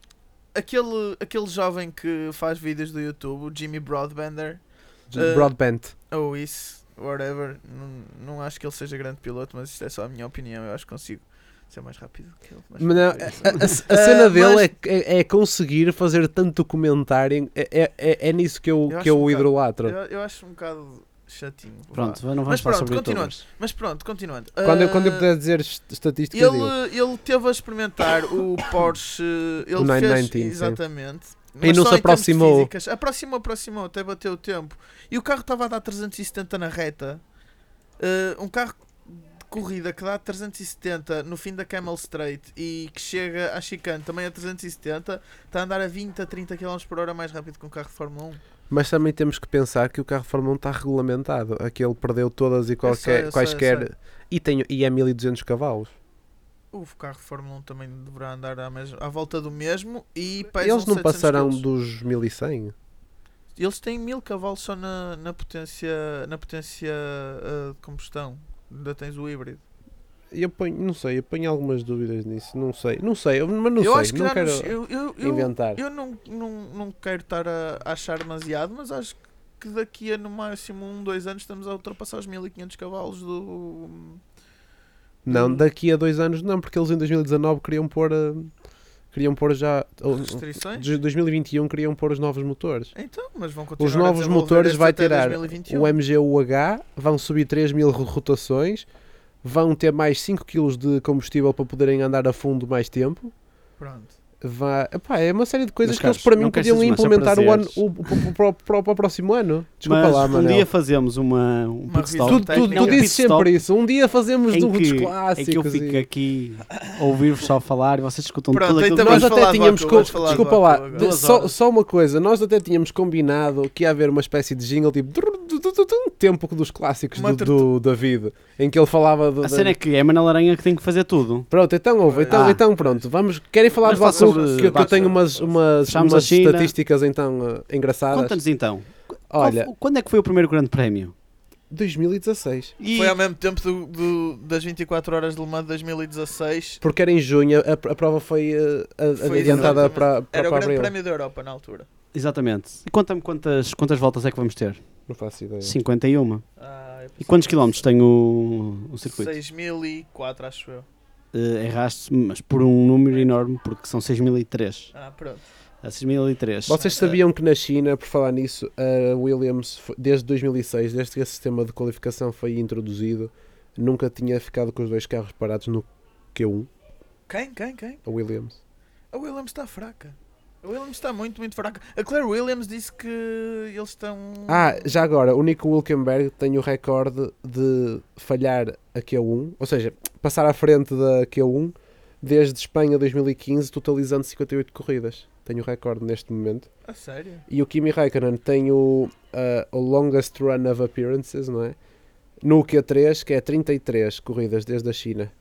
C: aquele, aquele jovem que faz vídeos do YouTube, o Jimmy Broadbender,
B: de
C: Eh,
B: Broadbent.
C: ou isso, whatever. Não, não acho que ele seja grande piloto, mas isto é só a minha opinião. Eu acho que consigo ser mais rápido que ele. mas
B: Mas não, a,
C: pronto, é isso.
B: a- a- a
C: (laughs)
B: cena
C: Eh,
B: dele
C: mas-
B: é que- é, é conseguir fazer tanto documentário. em- É, é, é, é nisso que eu,
C: Eu
B: que
C: acho
B: eu o
C: um bocado-
B: idolatro.
C: Eu, eu acho um bocado chatinho. vá.
A: Pronto, não vamos
C: Mas
A: falar
C: pronto,
A: sobre
C: continuando.
A: youtubers.
C: Mas pronto, continuando.
B: Quando, eu, quando eu
C: Ah,
B: puder dizer est- estatísticas, eu digo.
C: ele, ele teve a experimentar o Porsche. Ele
B: O 919,
C: fez,
B: sim.
C: exatamente.
B: E não se
C: só em termos de
B: aproximou.
C: físicas. Aproximou, aproximou, até bateu o tempo. E o carro estava a dar 370 na reta. Uh, um carro de corrida que dá 370 no fim da Camel Straight e que chega à Chicane também a 370, está a andar a 20 a 30 km por hora mais rápido que um carro de Fórmula 1.
B: Mas também temos que pensar que o carro de Fórmula 1 está regulamentado. Aquele perdeu todas e qualquer,
C: sei, eu sei, eu
B: quaisquer.
C: sei.
B: E, tem, e é 1200 cavalos.
C: O carro de Fórmula 1 também deverá andar à, mes- à volta do mesmo e pesam
B: Eles não
C: 700
B: passarão
C: quilos.
B: dos 1100.
C: Eles têm mil cavalos só na, na potência, na potência ah, de combustão. Ainda tens o híbrido.
B: Eu ponho, não sei, eu ponho algumas dúvidas nisso, não sei, não sei, eu- mas não
C: eu
B: sei,
C: acho que
B: não
C: já
B: quero
C: nos- eu, eu, eu,
B: inventar.
C: eu não, não, não quero estar a, a achar demasiado, mas acho que que daqui a no máximo 1, um, 2 anos estamos a ultrapassar os 1500 cavalos do.
B: Não, daqui a dois anos não, porque eles em 2019 queriam pôr. ah, queriam pôr já. ou-
C: Restrições?
B: de 2021 queriam pôr os novos motores.
C: Então, mas vão continuar
B: Os
C: a
B: novos
C: desenvolver
B: motores
C: este
B: vai
C: até
B: tirar
C: 2021.
B: o MGUH, vão subir 3 mil rotações, vão ter mais 5 kg de combustível para poderem andar a fundo mais tempo.
C: Pronto.
B: Vá- epá, é uma série de coisas
A: Mas,
B: que eles
A: Carlos,
B: para mim
A: não queres
B: podiam
A: desmanchar
B: implementar o ano,
A: prazeres?
B: o, o- pro- pro- pro- pro
A: (laughs)
B: próximo ano. Desculpa
A: Mas
B: lá,
A: um
B: Manel.
A: dia fazemos uma, um
C: Uma
A: pit stop
C: revisão
B: Tu, tu,
C: técnica.
B: tu
A: Não, pit
B: dizes sempre
A: stop
B: isso. Um dia fazemos
A: em
B: dos
A: que, em
B: clássicos.
A: que eu
B: e-
A: fico aqui a ouvir-vos só falar e vocês escutam
C: Pronto,
A: tudo aquilo
C: então
A: que
B: nós
C: vamos falar
B: até
C: do
B: tínhamos.
C: Baku,
B: co-
C: vamos falar do
B: Desculpa
C: Baku
B: lá,
C: agora.
B: de-
A: Duas
B: só,
A: horas.
B: só uma coisa. Nós até tínhamos combinado que ia haver uma espécie de jingle tipo. drrr, du- du- du- du- Tempo dos clássicos
C: Uma
B: do, do David, em que ele falava. Do,
A: A
B: da-
A: cena é que é a Manel Aranha que tem que fazer tudo.
B: Pronto, então ouve. Então,
A: Ah.
B: então pronto, vamos. Querem falar
A: Vamos
B: do Baku?
A: falar
B: Que,
A: sobre
B: que eu
A: Baku.
B: tenho umas, umas,
A: Fechamos
B: umas
A: a China.
B: estatísticas então eh, engraçadas.
A: Conta-nos então. qual
B: Olha,
A: fo- quando é que foi o primeiro grande prémio?
B: 2016.
A: E
C: Foi ao mesmo tempo do, do- das 24 horas de Le Mans de 2016.
B: Porque era em junho, a, a prova foi, eh, a-
C: Foi
B: adiantada
C: exatamente.
B: para, para,
C: Era o
B: para
C: Grande
B: abril.
C: Prémio da Europa na altura.
A: Exatamente. E conta-me quantas, quantas voltas é que vamos ter?
B: Não faço ideia.
A: 51.
C: Ah, eu
A: E
C: pensei-
A: quantos quilómetros tem o, o circuito?
C: 6004, acho eu.
A: Eh, erraste, mas por um número enorme, porque são 6003.
C: Ah, pronto.
A: A 6003.
B: Vocês sabiam que na China, por falar nisso, a Williams, fo- desde 2006, desde que esse sistema de qualificação foi introduzido, nunca tinha ficado com os dois carros parados no Q1,
C: Quem, quem, quem?
B: a Williams.
C: A Williams está fraca. A Williams está muito, muito fraca. A Claire Williams disse que eles estão.
B: Ah, já agora, o Nico Hülkenberg tem o recorde de falhar a Q1, ou seja, passar à frente da Q1 desde Espanha 2015, totalizando 58 corridas. Tem o recorde neste momento.
C: A sério?
B: E o Kimi Raikkonen tem o, ah, o longest run of appearances, não é? No Q3, que é 33 corridas desde a China.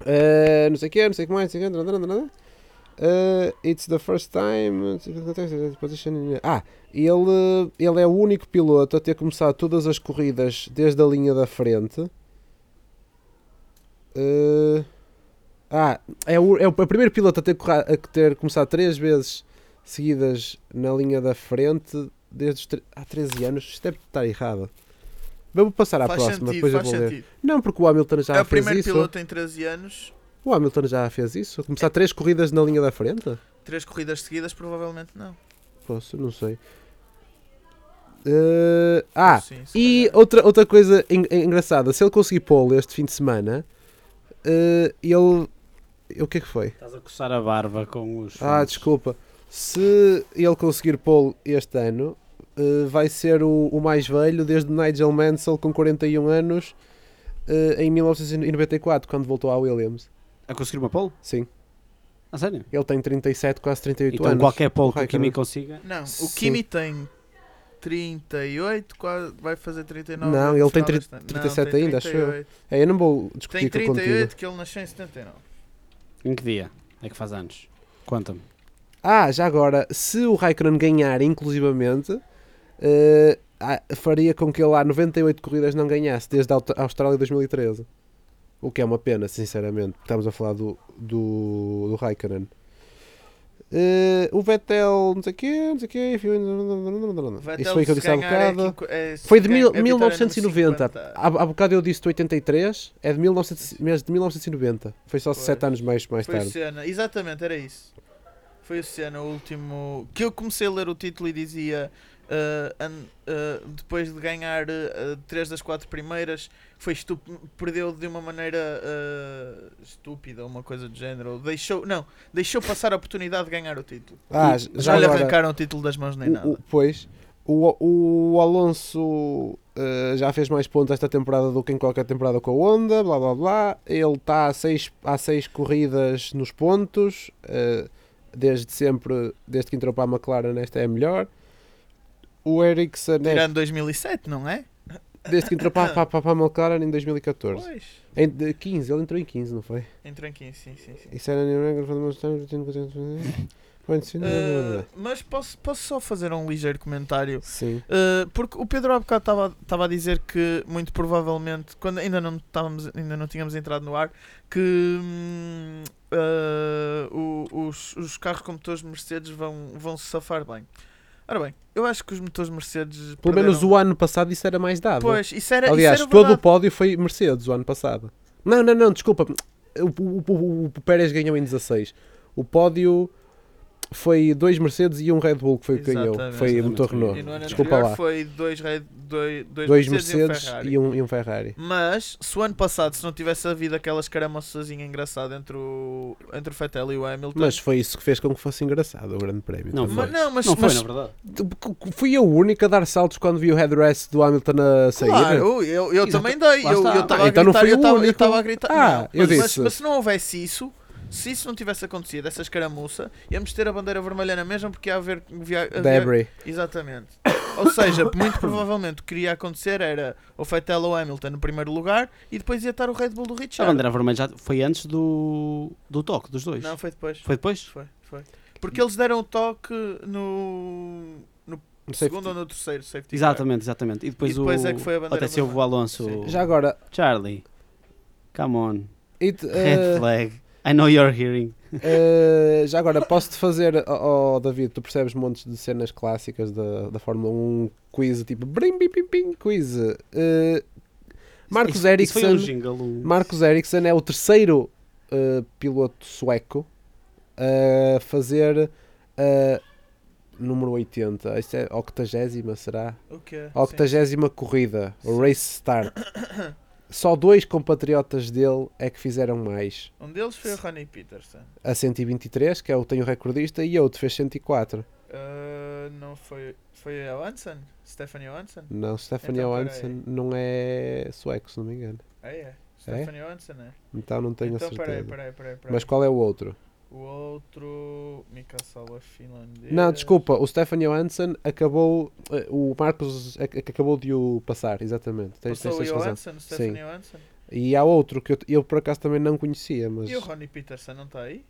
B: Ah, não sei o que, não sei o que mais, não sei o que, nada, nada, nada. Ah, it's the first time. position- Ah, ele, ele é o único piloto a ter começado todas as corridas desde a linha da frente. Ah, ah, é o, é o primeiro piloto a ter, corra- a ter começado três vezes seguidas na linha da frente desde os tre- há 13 anos. Isto deve estar errado. Vamos passar à
C: faz
B: tá, próxima,
C: sentido,
B: depois eu
C: faz
B: vou ler.
C: sentido.
B: Não, porque o Hamilton já
C: é o
B: fez
C: primeiro
B: isso.
C: piloto em 13 anos.
B: O Hamilton já fez isso? Começar três corridas na linha da frente?
C: Três corridas seguidas, provavelmente não.
B: Posso, não sei. Eh, ah,
C: Sim, se
B: e
C: calhar.
B: outra, outra coisa en- en- engraçada. Se ele conseguir pole este fim de semana, eh, ele... O que é que foi?
A: Estás a coçar a barba com os.
B: Ah,
A: fones.
B: desculpa. Se ele conseguir pole este ano, eh, vai ser o, o mais velho desde Nigel Mansell com 41 anos eh, em 1994, quando voltou à Williams.
A: A conseguir uma pole?
B: Sim.
A: A sério?
B: Ele tem 37, quase 38
A: Então
B: anos.
A: qualquer pole que o
B: Raikkonen.
A: Kimi consiga.
C: Não, o
B: Sim.
C: Kimi tem 38, quase, vai fazer 39.
B: Não,
C: no
B: ele tem
C: final
B: tri-
C: deste ano.
B: 37
C: tem
B: ainda, acho eu.
C: 38.
B: É, eu não vou
C: Tem
B: discutir com contigo.
C: 38, que ele nasceu em 79.
A: Em que dia é que faz anos? Conta-me.
B: Ah, já agora, se o Raikkonen ganhar, inclusivamente, eh, ah, faria com que ele há 98 corridas não ganhasse desde a Aut- Austrália 2013. O que é uma pena, sinceramente, porque estamos a falar do, do, do Raikkonen. Eh, o Vettel, não sei o quê, não sei o quê. if you-
C: Vai
B: Isso
C: até
B: foi o que eu
C: se
B: disse há
C: ganhar é
B: bocado.
C: quinqu- é se
B: Foi de
C: ganha-
B: mil-
C: é vitória
B: 1990.
C: número 50.
B: Há, há bocado eu disse 83, é de, 1900, mas de 1990. Foi só
C: Pois.
B: 7 anos mais, mais
C: Foi o
B: tarde.
C: Senna, exatamente, era isso. Foi o Senna, o último. Que eu comecei a ler o título e dizia. ah, an- ah, depois de ganhar 3 das 4 primeiras, foi estup- perdeu de uma maneira ah, estúpida, uma coisa do género. Deixou, não, deixou passar a oportunidade de ganhar o título.
B: Ah,
A: E-
B: já
C: não lhe
B: agora,
C: arrancaram o título das mãos nem
B: o-
C: nada.
B: o- pois, o, o Alonso eh, já fez mais pontos esta temporada do que em qualquer temporada com a Honda, blá blá blá. Ele está a 6 a seis corridas nos pontos, eh, desde sempre, desde que entrou para a McLaren, esta é a melhor. O Ericsson,
C: Tirando 2007, não é?
B: desde que entrou
C: (coughs)
B: para, para, para a McLaren em 2014.
C: Pois.
B: Em de 15, ele entrou em 15, não foi?
C: Entra em 15, sim, sim, sim.
B: Isso era Nuremberg, foi demonstrado, tinha coisa a
C: (laughs)
B: fazer. Foi decidido, blá, blá,
C: Ah,
B: blá.
C: mas posso, posso só fazer um ligeiro comentário
B: Sim.
C: Uh, porque o Pedro há bocado estava a dizer que muito provavelmente, quando ainda não, estávamos, ainda não tínhamos entrado no ar, que hum, eh, uh, o- os, os carros com motores Mercedes vão, vão se safar bem. Ora bem, eu acho que os motores Mercedes.
B: Pelo
C: perderam-
B: menos o ano passado isso era mais dado.
C: Pois, isso era.
B: Aliás,
C: isso era
B: todo o
C: verdade.
B: pódio foi Mercedes o ano passado. Não, não, não, desculpa. O, o, o- o Pérez ganhou em 16. O pódio foi dois Mercedes e um Red Bull que foi o que ganhou.
C: Exatamente.
B: Foi o motor
A: Exatamente.
C: E no ano
B: Renault. Desculpa
C: anterior
B: lá.
C: foi dois, Red- dois, dois,
B: Dois
C: Mercedes,
B: Mercedes e
C: e um Ferrari.
B: um, e um Ferrari.
C: Mas, se o ano passado, se não tivesse havido aquelas caramoçazinha engraçada entre o, entre o Fettel e o Hamilton.
B: Mas foi isso que fez com que fosse engraçado o Grande Prémio.
A: Não
B: também.
C: Ma-
A: foi.
C: não, mas,
A: não foi,
C: mas-
A: na verdade.
B: Fui eu o único a dar saltos quando vi o headrest do Hamilton a sair.
C: Claro, eu, eu
A: Exato.
C: também dei.
A: Lá
C: Eu
A: está.
C: estava
B: Ah,
C: a
B: então não
C: gritar,
B: foi
C: eu
B: o
C: estava- eu
B: único.
C: estava a gritar.
B: Ah,
C: não,
B: eu
C: mas,
B: disse.
C: mas se não houvesse isso, se isso não tivesse acontecido, essas caramuça, íamos ter a bandeira vermelha na mesma porque ia haver. Via, havia-
B: Debris.
C: Exatamente. (coughs) Ou seja, muito provavelmente o que iria acontecer era o Fettel ou o Hamilton no primeiro lugar e depois ia estar o Red Bull do
A: A
C: Richard.
A: bandeira vermelha já foi antes do, do toque dos dois.
C: Não, foi depois.
A: Foi depois?
C: Foi, foi. Porque eles deram o toque no, no
B: Não sei-
C: segundo ou no terceiro safety car.
A: Exatamente, exatamente. E depois,
C: Tipo, E depois
A: o...
C: é que foi a bandeira
A: Até se houve o
C: vermelha.
A: Alonso.
C: Sim.
B: Já agora.
A: Charlie, come on.
B: it,
A: Red
B: eh,
A: flag. I know you're hearing.
B: Uh, já agora, posso-te fazer, oh, oh, David, tu percebes montes de cenas clássicas da, da Fórmula 1, quiz, tipo, brim, bim, bim, bim, quiz. Uh, Marcos
A: Isso- isso foi um
B: Ericsson
A: jingle, um-
B: Marcos Ericsson é o terceiro uh, piloto sueco a fazer uh, número 80, isto é octagésima, será?
C: O quê?
B: Octagésima corrida, o race
A: (coughs)
B: start. Só dois compatriotas dele é que fizeram mais
C: Sim. Um deles foi o Ronnie Peterson.
B: a 123, que é o tenho recordista, e outro fez 104.
C: Ah, não foi. Foi a Johansson? Stephanie Johansson?
B: Não, Stephanie
C: Então,
B: Johansson não é sueco, se não me engano.
C: Ah, é? Stephanie Johansson, é?
B: Então não tenho
C: então,
B: a certeza.
C: peraí, peraí, peraí. peraí.
B: Mas qual é o outro?
C: O outro. Mika Sala finlandês.
B: Não, desculpa, o Stephanie Johansson acabou. eh, O Marcos é que é que acabou de o passar, exatamente. Tens, tens,
C: Passou o
B: tens razão.
C: Johansson, o Stephanie Johansson.
B: E há outro que eu, eu por acaso também não conhecia, mas.
C: E o Ronnie Peterson não está aí?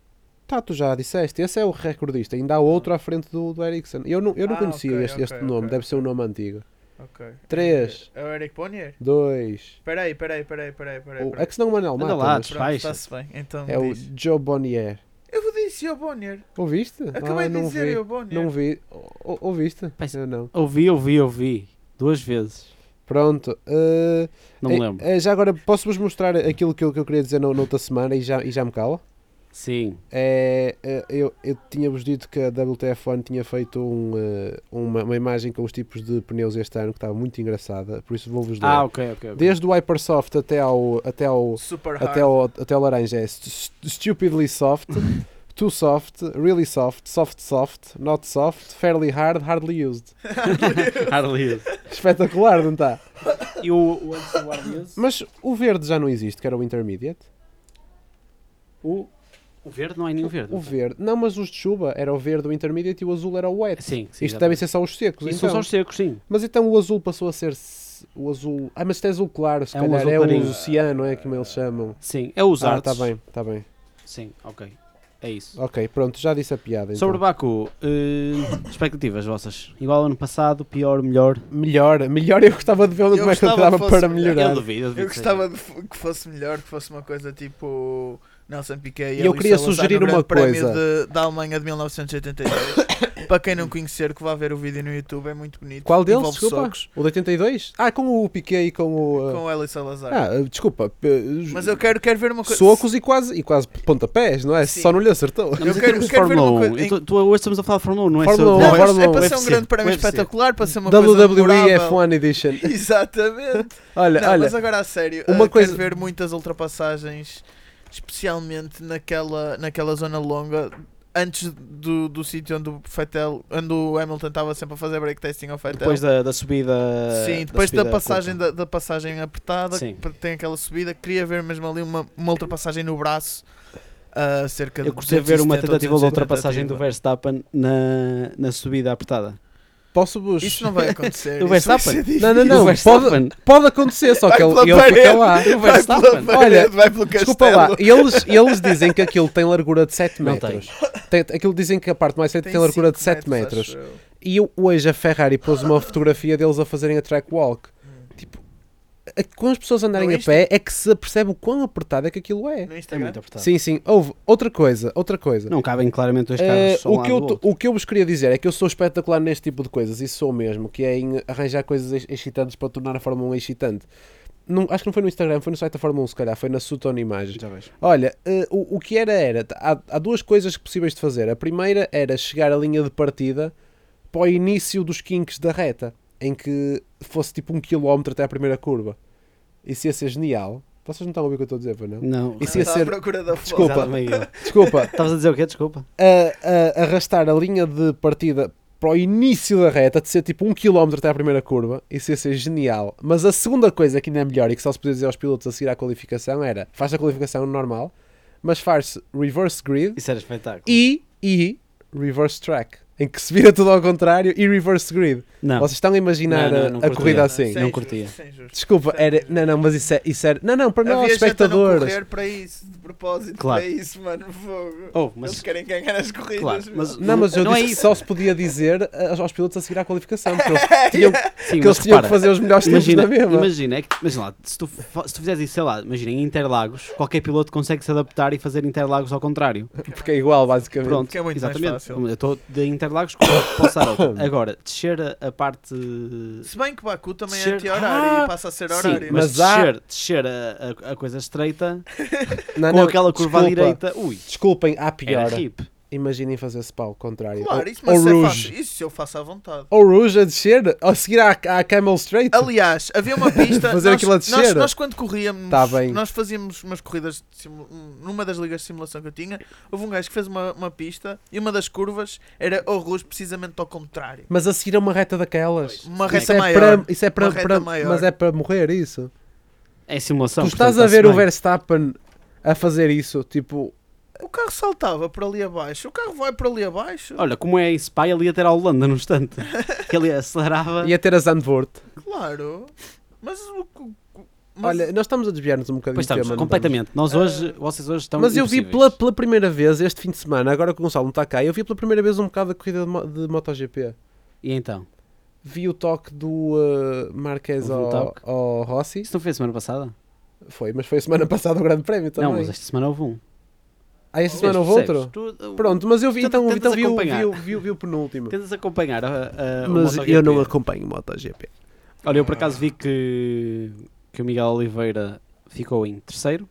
B: Tá, tu já disseste. Esse é o recordista. Ainda há outro à frente do, do Ericsson. Eu não, eu não
C: Ah,
B: conhecia
C: ok,
B: este, este
C: ok,
B: nome,
C: ok,
B: deve ser um nome antigo.
C: Ok.
B: Três.
C: É o Eric Bonnier?
B: Dois.
C: Peraí, peraí, peraí, peraí, peraí.
B: o-
C: peraí.
B: É que senão o Manuel
A: Anda
B: mata.
A: lá,
B: mas-
C: Pronto,
A: Despacha.
C: está-se bem. Então
B: É o
C: diz.
B: Joe Bonnier.
C: Eu disse o Bonnier.
B: Ouviste?
C: Acabei
B: Ah,
C: de
B: não
C: dizer
B: vi.
C: eu, Bonnier.
B: Não vi. O- o- ouviste?
A: Mas-
B: Eu não.
A: Ouvi, ouvi, ouvi. Duas vezes.
B: Pronto. eh,
A: Não me
B: eh,
A: lembro.
B: eh, já agora, posso-vos mostrar aquilo que eu, que eu queria dizer no, noutra semana e já, e já me calo?
A: Sim.
B: É, eh, eu eu tinha-vos dito que a WTF1 tinha feito um, eh, uma, uma imagem com os tipos de pneus este ano que estava muito engraçada, por isso vou-vos ler.
A: Ah, ok, ok. ok.
B: Desde o Hypersoft até ao, até ao,
C: Super hard.
B: até o, até o laranja é st- st- stupidly
A: (laughs)
B: soft, too soft, really soft, soft soft, not soft, fairly hard, hardly used. (laughs)
A: Harley.
B: Espetacular, não está?
A: E o, o antes do Arlius?
B: Mas o verde já não existe, que era o intermediate.
A: O, o verde não é nenhum verde.
B: O verde. Não, mas os de chuva era o verde, o intermediate e o azul era o wet.
A: Sim, sim.
B: Isto
A: exatamente.
B: devem ser só os secos.
A: Isto são
B: então.
A: só os secos, sim.
B: Mas então o azul passou a ser s- o azul. Ah, mas isto é azul claro, se
A: É um
B: calhar
A: azul
B: é
A: clarinho.
B: o oceano, é como eles chamam.
A: Sim. É os
B: ah,
A: artes.
B: está bem, está bem.
A: Sim, ok. É isso.
B: Ok, pronto, já disse a piada.
A: Sobre
B: então.
A: Baku, eh, expectativas vossas? Igual ao ano passado, pior, melhor?
B: Melhor, melhor eu gostava de ver onde
C: Eu
B: mais
C: gostava que
B: dava
C: fosse
B: para
C: melhor.
B: melhorar.
A: Eu duvido, eu duvido.
C: Eu
A: que
C: gostava de f- que fosse melhor, que fosse uma coisa tipo Nelson Piquet
B: E
C: e
B: eu
C: Elie
B: queria
C: Salazar
B: sugerir
C: no Grande
B: uma
C: Prémio
B: coisa.
C: de- da Alemanha de 1982. (coughs) Para quem não conhecer, que vá ver o vídeo no YouTube, é muito bonito.
B: Qual deles?
C: Envolve
B: Desculpa.
C: socos
B: O de 82? Ah, com o Piquet e com o. uh,
C: com o Eli Salazar.
B: Ah, uh, desculpa. uh,
C: Mas eu quero, quero ver uma coisa.
B: Socos e quase, e quase pontapés, não é?
C: Sim.
B: Só não lhe acertou.
A: seja. Não, mas
C: Eu
A: em
C: quero-
A: termos de
C: quero ver uma
A: Fórmula 1,
C: coisa-
A: eu tô- tu- hoje estamos a falar de Fórmula 1, não é
B: Fórmula
A: sobre...
C: Não,
B: um,
A: não é-
C: mas
B: Fórmula
C: é
B: um,
C: para ser um
A: UFC,
C: grande prémio
A: UFC.
C: espetacular, para ser uma coisa
B: WWE
C: memorável.
B: F1 Edition.
C: (laughs) Exatamente.
B: Olha,
C: Não,
B: olha.
C: mas é- agora a sério,
B: uma
C: uma
B: coisa-
C: coisa... quero ver muitas ultrapassagens, especialmente naquela, naquela zona longa, antes do, do sítio onde o Fettel, onde o Hamilton estava sempre a fazer break testing ao Fettel.
A: Depois da, da subida...
C: Sim, depois da,
A: subida
C: passagem
A: curta.
C: da, da passagem apertada,
A: Sim.
C: que tem aquela subida, queria ver mesmo ali uma, uma ultrapassagem no braço. ah, cerca de
A: Eu gostei de ver uma
C: 270
A: tentativa
C: ou
A: de
C: 280
A: ultrapassagem do
C: tentativa.
A: Verstappen na, na subida apertada.
B: Posso-vos.
C: Isso não vai
A: (laughs)
C: acontecer.
A: Do
C: isso vai
A: Verstappen?
C: ser
B: Não, não,
A: Do
B: não.
A: Verstappen.
B: Pode, pode acontecer, só que
C: Vai
B: ele,
C: pela
B: ele fica
C: parede.
B: lá.
A: Do
C: Vai pela
A: Verstappen.
C: parede,
B: Olha,
C: vai pelo
B: Desculpa
C: castelo.
B: lá, eles, eles dizem que aquilo tem largura de 7
A: Não
B: metros. Tem. aquilo dizem que a parte mais feita tem, largura de 7 metros.
C: metros. acho eu. Hum.
B: E eu- hoje a Ferrari pôs uma fotografia deles a fazerem a track walk. Tipo, é que com as pessoas andarem
C: No
B: a pé é que se apercebe o quão apertado é que aquilo é.
C: No
A: É
C: Instagram.
A: muito apertado.
B: Sim, sim. Houve outra coisa, outra coisa.
A: Não cabem claramente dois carros
B: Eh,
A: só um
B: o, que
A: lado
B: eu,
A: do
B: t-
A: outro.
B: o que eu vos queria dizer é que eu sou espetacular neste tipo de coisas, isso sou mesmo, que é em arranjar coisas ex- excitantes para tornar a Fórmula 1 excitante. Não, acho que não foi no Instagram, foi no site da Fórmula 1, se calhar, foi na Sutton Imagens.
A: Já vejo.
B: Olha, eh, o, o que era era, t- há, há duas coisas possíveis de fazer. A primeira era chegar à linha de partida para o início dos kinks da reta, em que fosse tipo um quilómetro até a primeira curva. Isso ia ser genial. Vocês não estão a ouvir o que eu estou a dizer, foi não?
A: Não.
B: Isso ia
C: Estava à
B: ser-
C: procura da
B: Desculpa.
C: foto.
A: Exatamente.
B: Desculpa,
A: Estavas a dizer o quê? Desculpa.
B: a- a- arrastar a linha de partida para o início da reta, de ser tipo um quilómetro até a primeira curva, isso ia ser genial. Mas a segunda coisa que ainda é melhor e que só se podia dizer aos pilotos a seguir à qualificação era, faz a qualificação normal, mas faz reverse grid
A: Isso era espetáculo.
B: e, e reverse track, em que se vira tudo ao contrário e reverse grid.
A: Não.
B: Vocês estão a imaginar
A: Não, não,
B: a-
A: não
B: a,
A: curto
B: corrida
A: nada.
B: assim?
A: Sim. não curtia.
C: Sem justo.
B: Desculpa, era, não, não, mas isso, é, isso era, não, não, para nós,
C: Havia gente a não
B: espectadores.
C: correr para isso, de propósito,
A: Claro.
C: para isso, mano, fogo.
A: Oh,
C: Eles
A: mas...
C: querem ganhar as corridas,
A: Claro,
C: meu.
A: mas-
B: Não, mas eu
A: Não é
B: disse que
A: isso.
B: só se podia dizer aos, aos pilotos a seguir à qualificação,
C: (laughs)
B: porque eles
A: Sim,
B: tinham, que
A: mas
B: eles tinham
A: repara,
B: que fazer os melhores tempos
A: Imagina,
B: na mesma.
A: imagina, é que, imagina lá, se tu, fa- se tu fizeres isso, sei lá, imagina, em Interlagos, qualquer piloto consegue se adaptar e fazer Interlagos ao contrário.
B: Porque é igual, basicamente.
A: Pronto,
C: que é muito mais
A: exatamente.
C: fácil.
A: Eu estou de Interlagos com- para o
B: (coughs)
A: Sarota. Agora, descer a- a parte.
C: Se bem que Baku também
A: Ser-
C: é anti-horário
A: Ah!
C: e passa a ser
A: Sim,
C: horário.
A: mas,
B: Mas há-
A: descer, descer a, a- a coisa estreita
B: Não,
A: com
B: Ah, não,
A: aquela curva à
B: desculpa.
A: direita, ui,
B: Desculpem, há
A: era
B: pior.
A: rip.
B: Imaginem fazer esse pau ao contrário.
C: Claro,
B: Ou-
C: isso, mas
B: ou
C: se é
B: Rouge.
C: fácil. Isso eu faço à vontade.
B: Ou Rouge a descer, a seguir à, à Camel Straight.
C: Aliás,
B: (laughs)
C: havia uma pista.
B: Fazer
C: nós,
B: aquilo a descer.
C: Nós, nós quando corríamos,
B: Tá bem.
C: nós fazíamos umas corridas de simu- numa das ligas de simulação que eu tinha. Houve um gajo que fez uma, uma pista e uma das curvas era o Rouge precisamente ao contrário.
B: Mas a seguir a uma reta daquelas.
C: Uma
B: isso
C: reta
B: é
C: maior.
B: Para, isso é para,
C: Uma reta
B: para-
C: maior.
B: mas é para morrer isso.
A: É simulação.
B: tu estás
A: portanto,
B: a ver
A: está-se
B: o
A: bem.
B: Verstappen a fazer isso, tipo,
C: O carro saltava para ali abaixo. O carro vai para ali abaixo.
A: Olha, como é em Spa, ele ia ter a Holanda no
C: (laughs)
A: instante. Que ele acelerava.
B: ia ter a Zandvoort.
C: Claro. Mas o. o- o- mas-
B: Olha, nós estamos a desviar-nos um bocadinho
A: Pois
B: do
A: estamos,
B: tema, não
A: completamente. Nós
C: Ah.
A: hoje, vocês hoje estão.
B: Mas eu vi
A: impossíveis.
B: pela, pela primeira vez este fim de semana, agora que o Gonçalo não está cá, eu vi pela primeira vez um bocado da corrida de, mo- de MotoGP.
A: E então?
B: Vi o toque do uh, Marquez
A: Houve um
B: ao,
A: toque?
B: ao Rossi.
A: Isso não foi a semana passada?
B: Foi, mas foi a semana (laughs) passada o Grande Prémio também.
A: Não, mas esta semana houve um.
B: Ah, esta semana houve
A: Percebes?
B: outro?
A: Tu-
B: Pronto, mas eu vi
A: Tenta-
B: então,
A: tentas
B: então vi, o,
A: acompanhar.
B: vi, o, vi, o- vi o penúltimo.
A: Tentas acompanhar a, a- o
B: Mas
A: MotoGP.
B: eu não acompanho MotoGP.
A: Olha, eu por acaso vi que, que o Miguel Oliveira ficou em terceiro,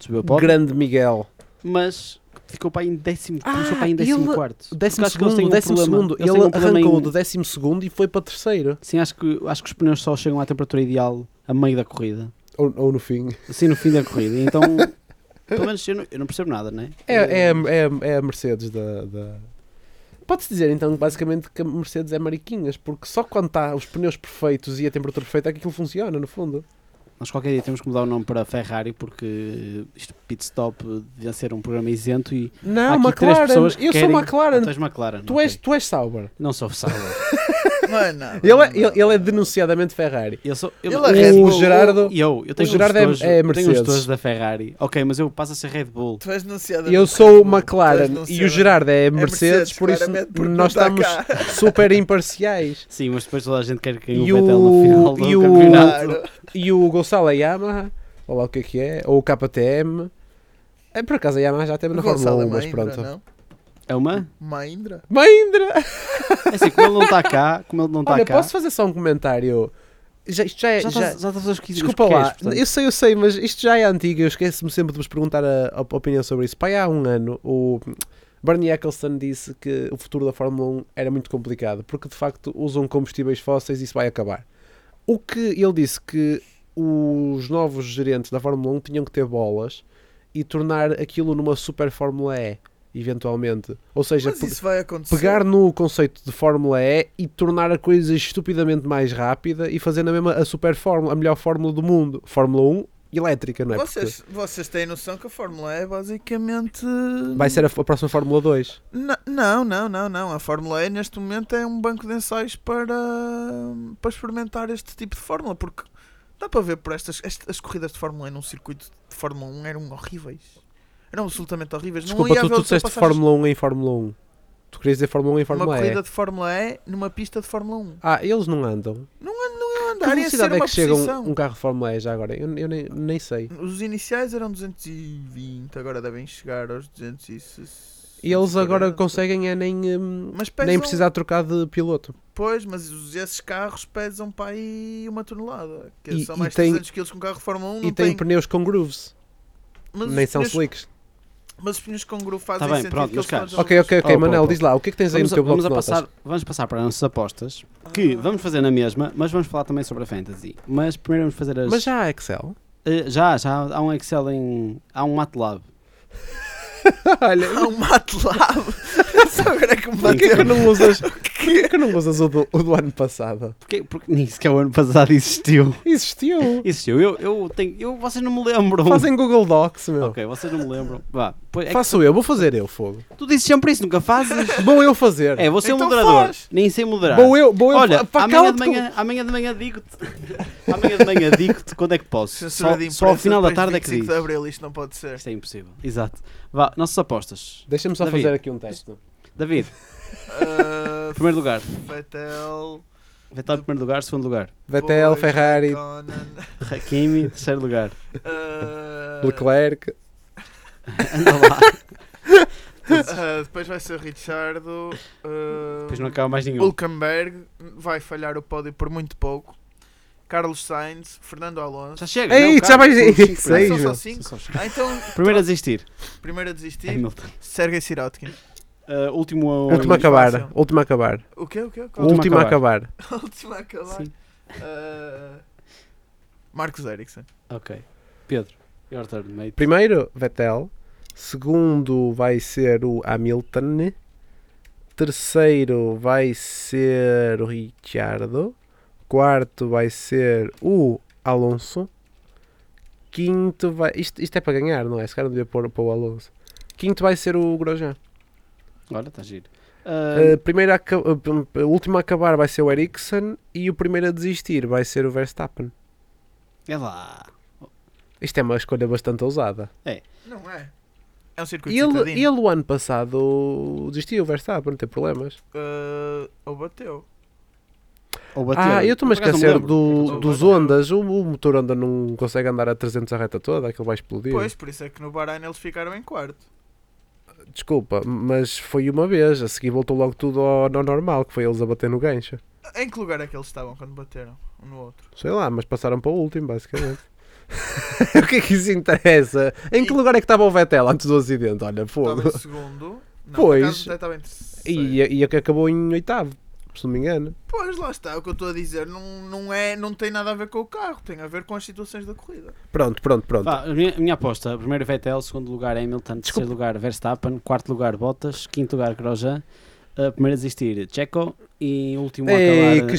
A: subiu a pódio,
B: Grande Miguel.
A: mas ficou para aí em décimo,
B: Ah,
A: começou para aí em
B: ele-
A: décimo quarto.
B: O
A: Porque
B: décimo
A: acho que eles
B: segundo,
A: têm um
B: décimo
A: problema-
B: segundo.
A: eles
B: Ele
A: têm um problema
B: arrancou
A: em-
B: do décimo segundo e foi para terceiro.
A: Sim, acho que, acho que os pneus só chegam à temperatura ideal a meio da corrida,
B: Ou, ou no fim.
A: assim no fim da corrida,
B: (laughs)
A: então... Pelo menos eu não, eu não percebo nada, né?
B: É, é, é, é a Mercedes da. da... Pode-se dizer então basicamente que a Mercedes é mariquinhas, porque só quando está os pneus perfeitos e a temperatura perfeita é que aquilo funciona, no fundo.
A: Nós qualquer dia temos que mudar o nome para Ferrari porque isto Pit Stop devia ser um programa isento e.
B: Não,
A: Há aqui três
B: Ah, McLaren, eu
A: pessoas que
B: sou
A: querem- Ah, tu
B: McLaren,
A: és McLaren.
B: tu
A: ok.
B: és, tu és Sauber.
A: Não sou Sauber.
C: Não é nada.
B: (laughs) Ele é,
C: não
B: ele, ele é
C: nada.
B: denunciadamente Ferrari.
A: Eu sou. Eu,
C: Ele é Red
B: O
C: Bull.
B: Gerardo,
A: E eu, eu tenho
B: O Gerardo
A: uns
B: é-
A: tojos-
B: é
A: eu tenho uns
B: Mercedes.
A: tojos da Ferrari. Ok, mas eu passo a ser Red Bull.
C: Tu és denunciado.
B: eu sou o
C: Red Bull. Tu és
B: McLaren e o
C: denunciado.
B: Gerardo é Mercedes,
C: Mercedes,
B: por isso
C: claramente, porque
B: nós
C: não tá
B: estamos
C: está (laughs)
B: super imparciais.
A: Sim, mas depois toda a gente quer que ganhe
B: E
A: o Vettel
B: o-
A: no final do
B: e o- um.
A: campeonato.
C: Claro.
B: E o Gonçalo é Yamaha, ou lá o que é que é, ou o KTM. É, por acaso a Yamaha já teve na
C: O Gonçalo
B: Fórmula
C: é
B: 1, mas
C: Mahindra,
B: pronto.
C: não?
A: É uma?
C: Mahindra?
B: Mahindra!
A: É assim, como ele não está cá, como ele não está
B: Olha,
A: cá.
B: posso fazer só um comentário? Já, isto já é.
A: Já
B: já-
A: estás já tá estás aos 15
B: desculpa
A: queres,
B: lá,
A: portanto.
B: eu sei, eu sei, mas isto já é antigo. Eu esqueço-me sempre de vos perguntar a, a opinião sobre isso. Pai, há um ano, o Bernie Eccleston disse que o futuro da Fórmula 1 era muito complicado porque de facto usam combustíveis fósseis e isso vai acabar. O que ele disse que os novos gerentes da Fórmula 1 tinham que ter bolas e tornar aquilo numa super Fórmula E, eventualmente. Ou seja,
C: Mas
B: pe-
C: isso vai acontecer.
B: pegar no conceito de Fórmula E e tornar a coisa estupidamente mais rápida e fazer na mesma a super fórmula, a melhor fórmula do mundo, Fórmula 1 elétrica, não é? Porque
C: Vocês, vocês têm noção que a Fórmula E é basicamente.
B: vai ser a, f- a próxima Fórmula 2.
C: N- Não, não, não, não. A Fórmula E neste momento é um banco de ensaios para, para experimentar este tipo de Fórmula, porque dá para ver por estas. est- as corridas de Fórmula E num circuito de Fórmula 1 eram horríveis. Eram absolutamente horríveis. não
B: Desculpa,
C: ia
B: tu,
C: haver
B: tu disseste
C: ultrapassagens.
B: Fórmula 1 em Fórmula 1. Tu querias dizer Fórmula 1 em
C: Uma
B: Fórmula E.
C: corrida de Fórmula E numa pista de Fórmula 1.
B: Ah, eles não andam.
C: Não andam, não
B: que
C: secundária ser
B: velocidade é
C: uma
B: que chega
C: posição.
B: um, um carro de Fórmula E já agora? Eu, eu nem, nem sei.
C: Os iniciais eram 220, agora devem chegar aos 260.
B: E eles agora
C: 240.
B: conseguem é nem, hum,
C: Mas pesam,
B: nem precisar trocar de piloto.
C: Pois, mas os- esses carros pesam para aí uma tonelada. Que
B: E-
C: são
B: e
C: mais de
B: tem-
C: 300 kg que um carro de Fórmula 1
B: E
C: não
B: têm
C: tem.
B: pneus com grooves,
C: Mas os
B: nem são
C: pneus-
B: slicks.
C: Mas os pneus com groove fazem
A: Tá bem,
C: sentido
A: pronto,
C: que
A: mas
C: eles
A: caros.
C: sejam
B: Ok,
C: (laughs)
B: ok, ok.
A: Oh, pô,
B: Manel,
A: pô.
B: diz lá, o que é que tens aí no
A: Vamos, a-
B: teu bloco
A: vamos,
B: de
A: a
B: notas?
A: passar, vamos passar para as nossas apostas, que vamos fazer na mesma, mas vamos falar também sobre a fantasy. Mas primeiro vamos fazer as.
B: Mas já há Excel.
A: Eh, já, já há um Excel em. Há um MATLAB.
B: (laughs) Olha,
C: Há um MATLAB. (laughs) Só agora é que me
B: porquê
C: bateu.
B: que
A: (laughs)
B: não usas, porquê que não usas o, do, o do ano passado?
A: Porque, porque nem sequer o ano passado existiu. (laughs)
B: Existiu.
A: Existiu. Eu, eu tenho. Eu, vocês não me lembram.
B: Fazem Google Docs, meu.
A: (laughs) Ok, vocês não me lembram. Vá. Pois, é que
B: Faço eu, vou fazer eu, fogo.
A: tu dizes sempre isso, nunca fazes. (laughs)
B: Vou eu fazer.
A: É, vou ser
C: Então
A: moderador.
C: faz.
A: Nem sei moderar.
B: Vou eu, vou eu.
A: Olha,
B: pá,
A: amanhã de,
B: cala-te com-
A: manhã, amanhã de manhã digo-te. (laughs) amanhã de manhã digo-te quando é que posso.
C: Censura
A: Só,
C: de
A: só ao
C: imprensa
A: final da
C: depois de
A: tarde é que
C: 25
A: diz.
C: de abril, isto não pode ser.
B: (laughs)
A: Isto é impossível. Exato. Vá, nossas apostas.
B: Deixa-me só
A: David.
B: fazer aqui um teste.
A: David,
C: Ah,
A: primeiro lugar.
C: Vettel.
A: Vettel em primeiro lugar, segundo lugar.
B: Vettel,
C: depois
B: Ferrari,
C: Raikkonen,
A: Hakimi, terceiro lugar. (laughs)
C: ah,
B: Leclerc.
A: Anda lá.
C: ah, depois vai ser Richardo. ah,
A: Depois não acaba mais nenhum.
C: Hülkenberg vai falhar o pódio por muito pouco. Carlos Sainz, Fernando Alonso.
A: Já chega.
B: Ei,
A: não,
B: já vais
A: são
B: em
A: cinco
B: (laughs) seis,
A: primeiros.
B: meu.
C: São só
A: São cinco.
C: Ah, então,
A: Primeiro a desistir.
C: primeiro a desistir,
A: Hamilton.
C: Sergei Sirotkin.
A: Ah, último a.
B: Último a
C: muito
B: acabar.
C: fácil.
B: Último a acabar.
C: O quê? O quê? Qual?
A: Último a
C: é
B: Último a acabar.
C: Último a acabar.
A: Sim.
C: Ah, Marcos Ericsson.
A: Ok. Pedro. Your turn, mate.
B: Primeiro, Vettel. Segundo, vai ser o Hamilton. Terceiro, vai ser o Ricciardo. Quarto, vai ser o Alonso. Quinto, vai. Isto, isto é para ganhar, não é? Esse cara devia pôr para o Alonso. Quinto, vai ser o Grosjean.
A: Olha, está giro.
B: Uh,
A: Ah,
B: primeiro a, aca- uh, p- p- o último a acabar vai ser o Ericsson. E o primeiro a desistir vai ser o Verstappen.
A: é lá.
B: Isto é uma escolha bastante ousada.
C: Não é? É um circuito
B: E ele,
C: citadino.
B: ele o ano passado desistiu, o Verstappen, não tem problemas.
C: Ah, ou bateu.
A: Ou bateu.
B: Ah, eu estou-me a
A: Por acaso não me
B: esquecer
A: lembro.
B: do,
C: Não
B: dos
C: me lembro.
B: ondas. O, o motor onda não consegue andar a 300 a reta toda, aquilo vai explodir.
C: Pois, por isso é que no Bahrein eles ficaram em quarto.
B: Desculpa, mas foi uma vez. A seguir voltou logo tudo ao, ao normal, que foi eles a bater no gancho.
C: Em que lugar é que eles estavam quando bateram? Um no outro.
B: Sei lá, mas passaram para o último, basicamente. (laughs) o que é que isso interessa? Em que lugar é que estava o Vettel antes do acidente? Olha,
C: Estava
B: fogo.
C: em segundo. Não,
B: Pois.
C: por acaso até estava em terceiro.
B: E, e é que acabou em oitavo, se não me engano.
C: Pois lá está, o que eu estou a dizer não, não, é, não tem nada a ver com o carro, tem a ver com as situações da corrida.
B: Pronto, pronto, pronto.
A: Vá, a minha, a minha aposta, primeiro é Vettel, segundo lugar Hamilton, terceiro lugar é Verstappen, quarto lugar Bottas, quinto lugar Grosjean, a primeiro a desistir Checo e último a
B: Ei,
A: acabar. eh,
B: que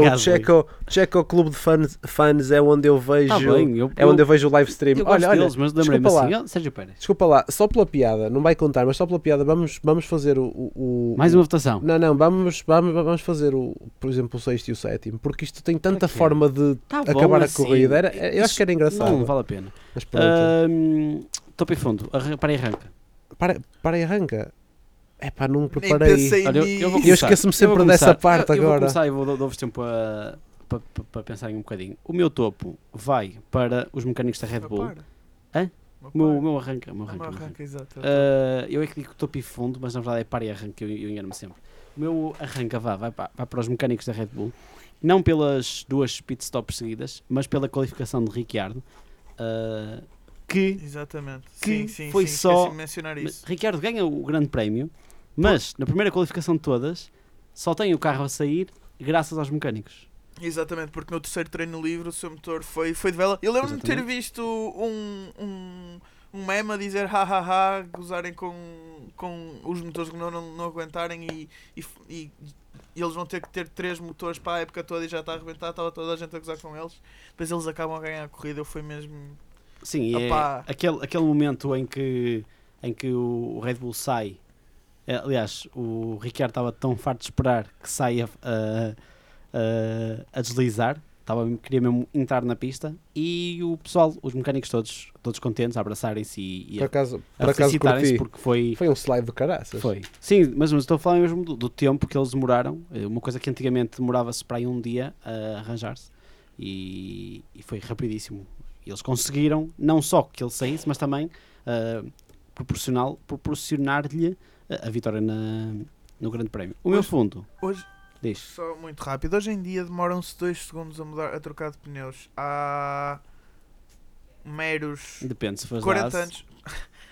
A: (laughs)
B: O
A: Gasly.
B: Checo, Checo Clube de fans, fans é onde eu vejo.
A: Tá bem, eu,
B: É onde eu vejo o live stream.
A: eu gosto
B: olha, olha,
A: deles, mas lembrei-me
B: desculpa
A: assim, ó, Sérgio Pérez.
B: desculpa lá, só pela piada, não vai contar, mas só pela piada, vamos, vamos fazer o, o- o-
A: Mais uma votação.
B: Não, não, vamos, vamos, vamos fazer, o, por exemplo, o sexto e o sétimo, porque isto tem
A: Para
B: tanta
A: quê?
B: forma de
A: Tá bom
B: acabar
A: assim.
B: a corrida. Era, eu acho que era engraçado.
A: Não vale a pena.
B: Mas pronto.
A: Ah. Ahm, Topo e fundo, arran- para e arranca.
B: para, para e arranca. É pá, não me
C: Nem
B: preparei.
C: pensei
A: Olha, eu- eu vou
B: E eu
C: nisso.
A: começar.
B: esqueço-me sempre
A: Eu vou
B: dessa
A: começar.
B: parte
A: Eu- eu
B: agora.
A: vou começar e vou dou- dou-vos tempo a- pa- pa- para pensarem um bocadinho. O meu topo vai para os mecânicos da Red
C: Uma
A: Bull.
C: par.
A: Hã?
C: Uma
A: O meu,
C: par.
A: o meu arranca, o meu
C: Uma
A: arranca, o meu arranca.
C: arranca, exato.
A: Ah, eu é que digo topo e fundo, mas na verdade é par e arranque, eu, eu engano-me sempre. O meu arranca vá, vai, pa- vai para os mecânicos da Red Bull, não pelas duas pit stops seguidas, mas pela qualificação de Ricciardo, ah, que
C: Exatamente.
A: que
C: sim, sim,
A: foi
C: sim,
A: só-
C: esqueci de mencionar isso.
A: Ricciardo ganha o grande prémio, mas na primeira qualificação de todas, só tem o carro a sair graças aos mecânicos.
C: Exatamente, porque no terceiro treino livre o seu motor foi, foi de vela. Eu lembro-me de ter
A: Exatamente.
C: visto um, um, um meme a dizer ha ha ha, gozarem com, com os motores que não, não, não aguentarem e, e, f- e- e eles vão ter que ter três motores para a época toda e já está a arrebentar, estava toda a gente a gozar com eles. Depois eles acabam a ganhar a corrida, eu fui mesmo.
A: Sim, e é
C: Opa.
A: aquele, aquele momento em que, em que o Red Bull sai. eh, Aliás, o Ricciardo estava tão farto de esperar que saia a, a, a deslizar. Estava, queria mesmo entrar na pista e o pessoal, os mecânicos todos, todos contentes, a abraçarem-se e, e
B: Por
A: a,
B: acaso, por
A: a
B: acaso
A: felicitarem-se
B: curti.
A: porque foi,
B: Foi um slide do caraças.
A: Foi. Sim, mas mas estou a falar É mesmo do, do tempo que eles demoraram. eh, Uma coisa que antigamente demorava-se para aí um dia a arranjar-se. e, e foi rapidíssimo. Eles conseguiram não só que ele saísse, mas também ah, proporcional- proporcionar-lhe a- a vitória na- no Grande Prémio. O meu
C: Mas-
A: fundo,
C: Hoje,
A: diz.
C: só muito rápido, hoje em dia demoram-se 2 segundos a, mudar, a trocar de pneus. Há meros
A: Depende se fores
C: 40
A: lá.
C: anos.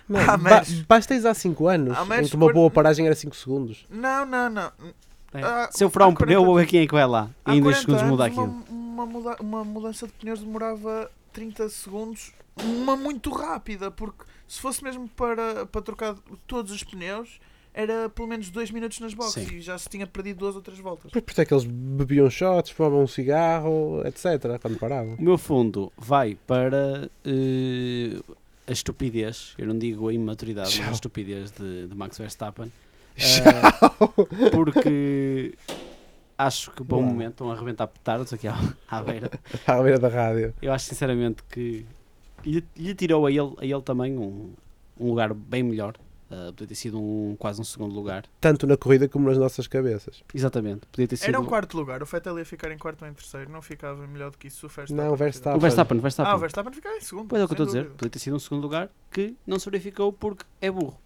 B: Não,
C: Há
B: ba
C: meses.
B: basta ir há 5 anos,
C: Há
B: em
C: meses
B: que uma
C: por-
B: boa paragem era 5 segundos.
C: Não, não, não.
A: É.
C: Ah,
A: se eu furar um
C: há 40
A: pneu, vou ver quem é que vai lá.
C: Há
A: E em 2
C: 40
A: segundos muda
C: anos,
A: aquilo.
C: Uma, uma muda- uma mudança de pneus demorava 30 segundos, uma muito rápida, porque se fosse mesmo para, para trocar todos os pneus, era pelo menos 2 minutos nas boxes
A: Sim.
C: e já se tinha perdido duas ou três voltas.
B: Por por isso é que eles bebiam shots, fumavam um cigarro, etc. Quando paravam.
A: O meu fundo vai para eh, a estupidez, eu não digo a imaturidade, mas a
B: Tchau.
A: estupidez de, de Max Verstappen,
B: Tchau!
A: porque (laughs) acho que para o
B: Uau.
A: momento estão a arrebentar petardos aqui à, à beira.
B: Ah, (laughs) à beira da rádio.
A: Eu acho sinceramente que lhe, lhe tirou a ele, a ele também um, um lugar bem melhor. Eh, podia ter sido um, quase um segundo lugar.
B: Tanto na corrida como nas nossas cabeças.
A: Exatamente, podia ter sido.
C: Era um quarto lugar, o Fettel ia ficar em quarto ou em terceiro, não ficava melhor do que isso o Verstappen.
B: Não, o
C: tivesse.
A: o Verstappen,
B: Verstappen.
A: o Verstappen.
C: Ah, o Verstappen ficava em segundo.
A: Pois é o que eu
C: sem
A: estou a dizer.
C: dúvida.
A: Podia ter sido um segundo lugar que não se verificou porque é burro.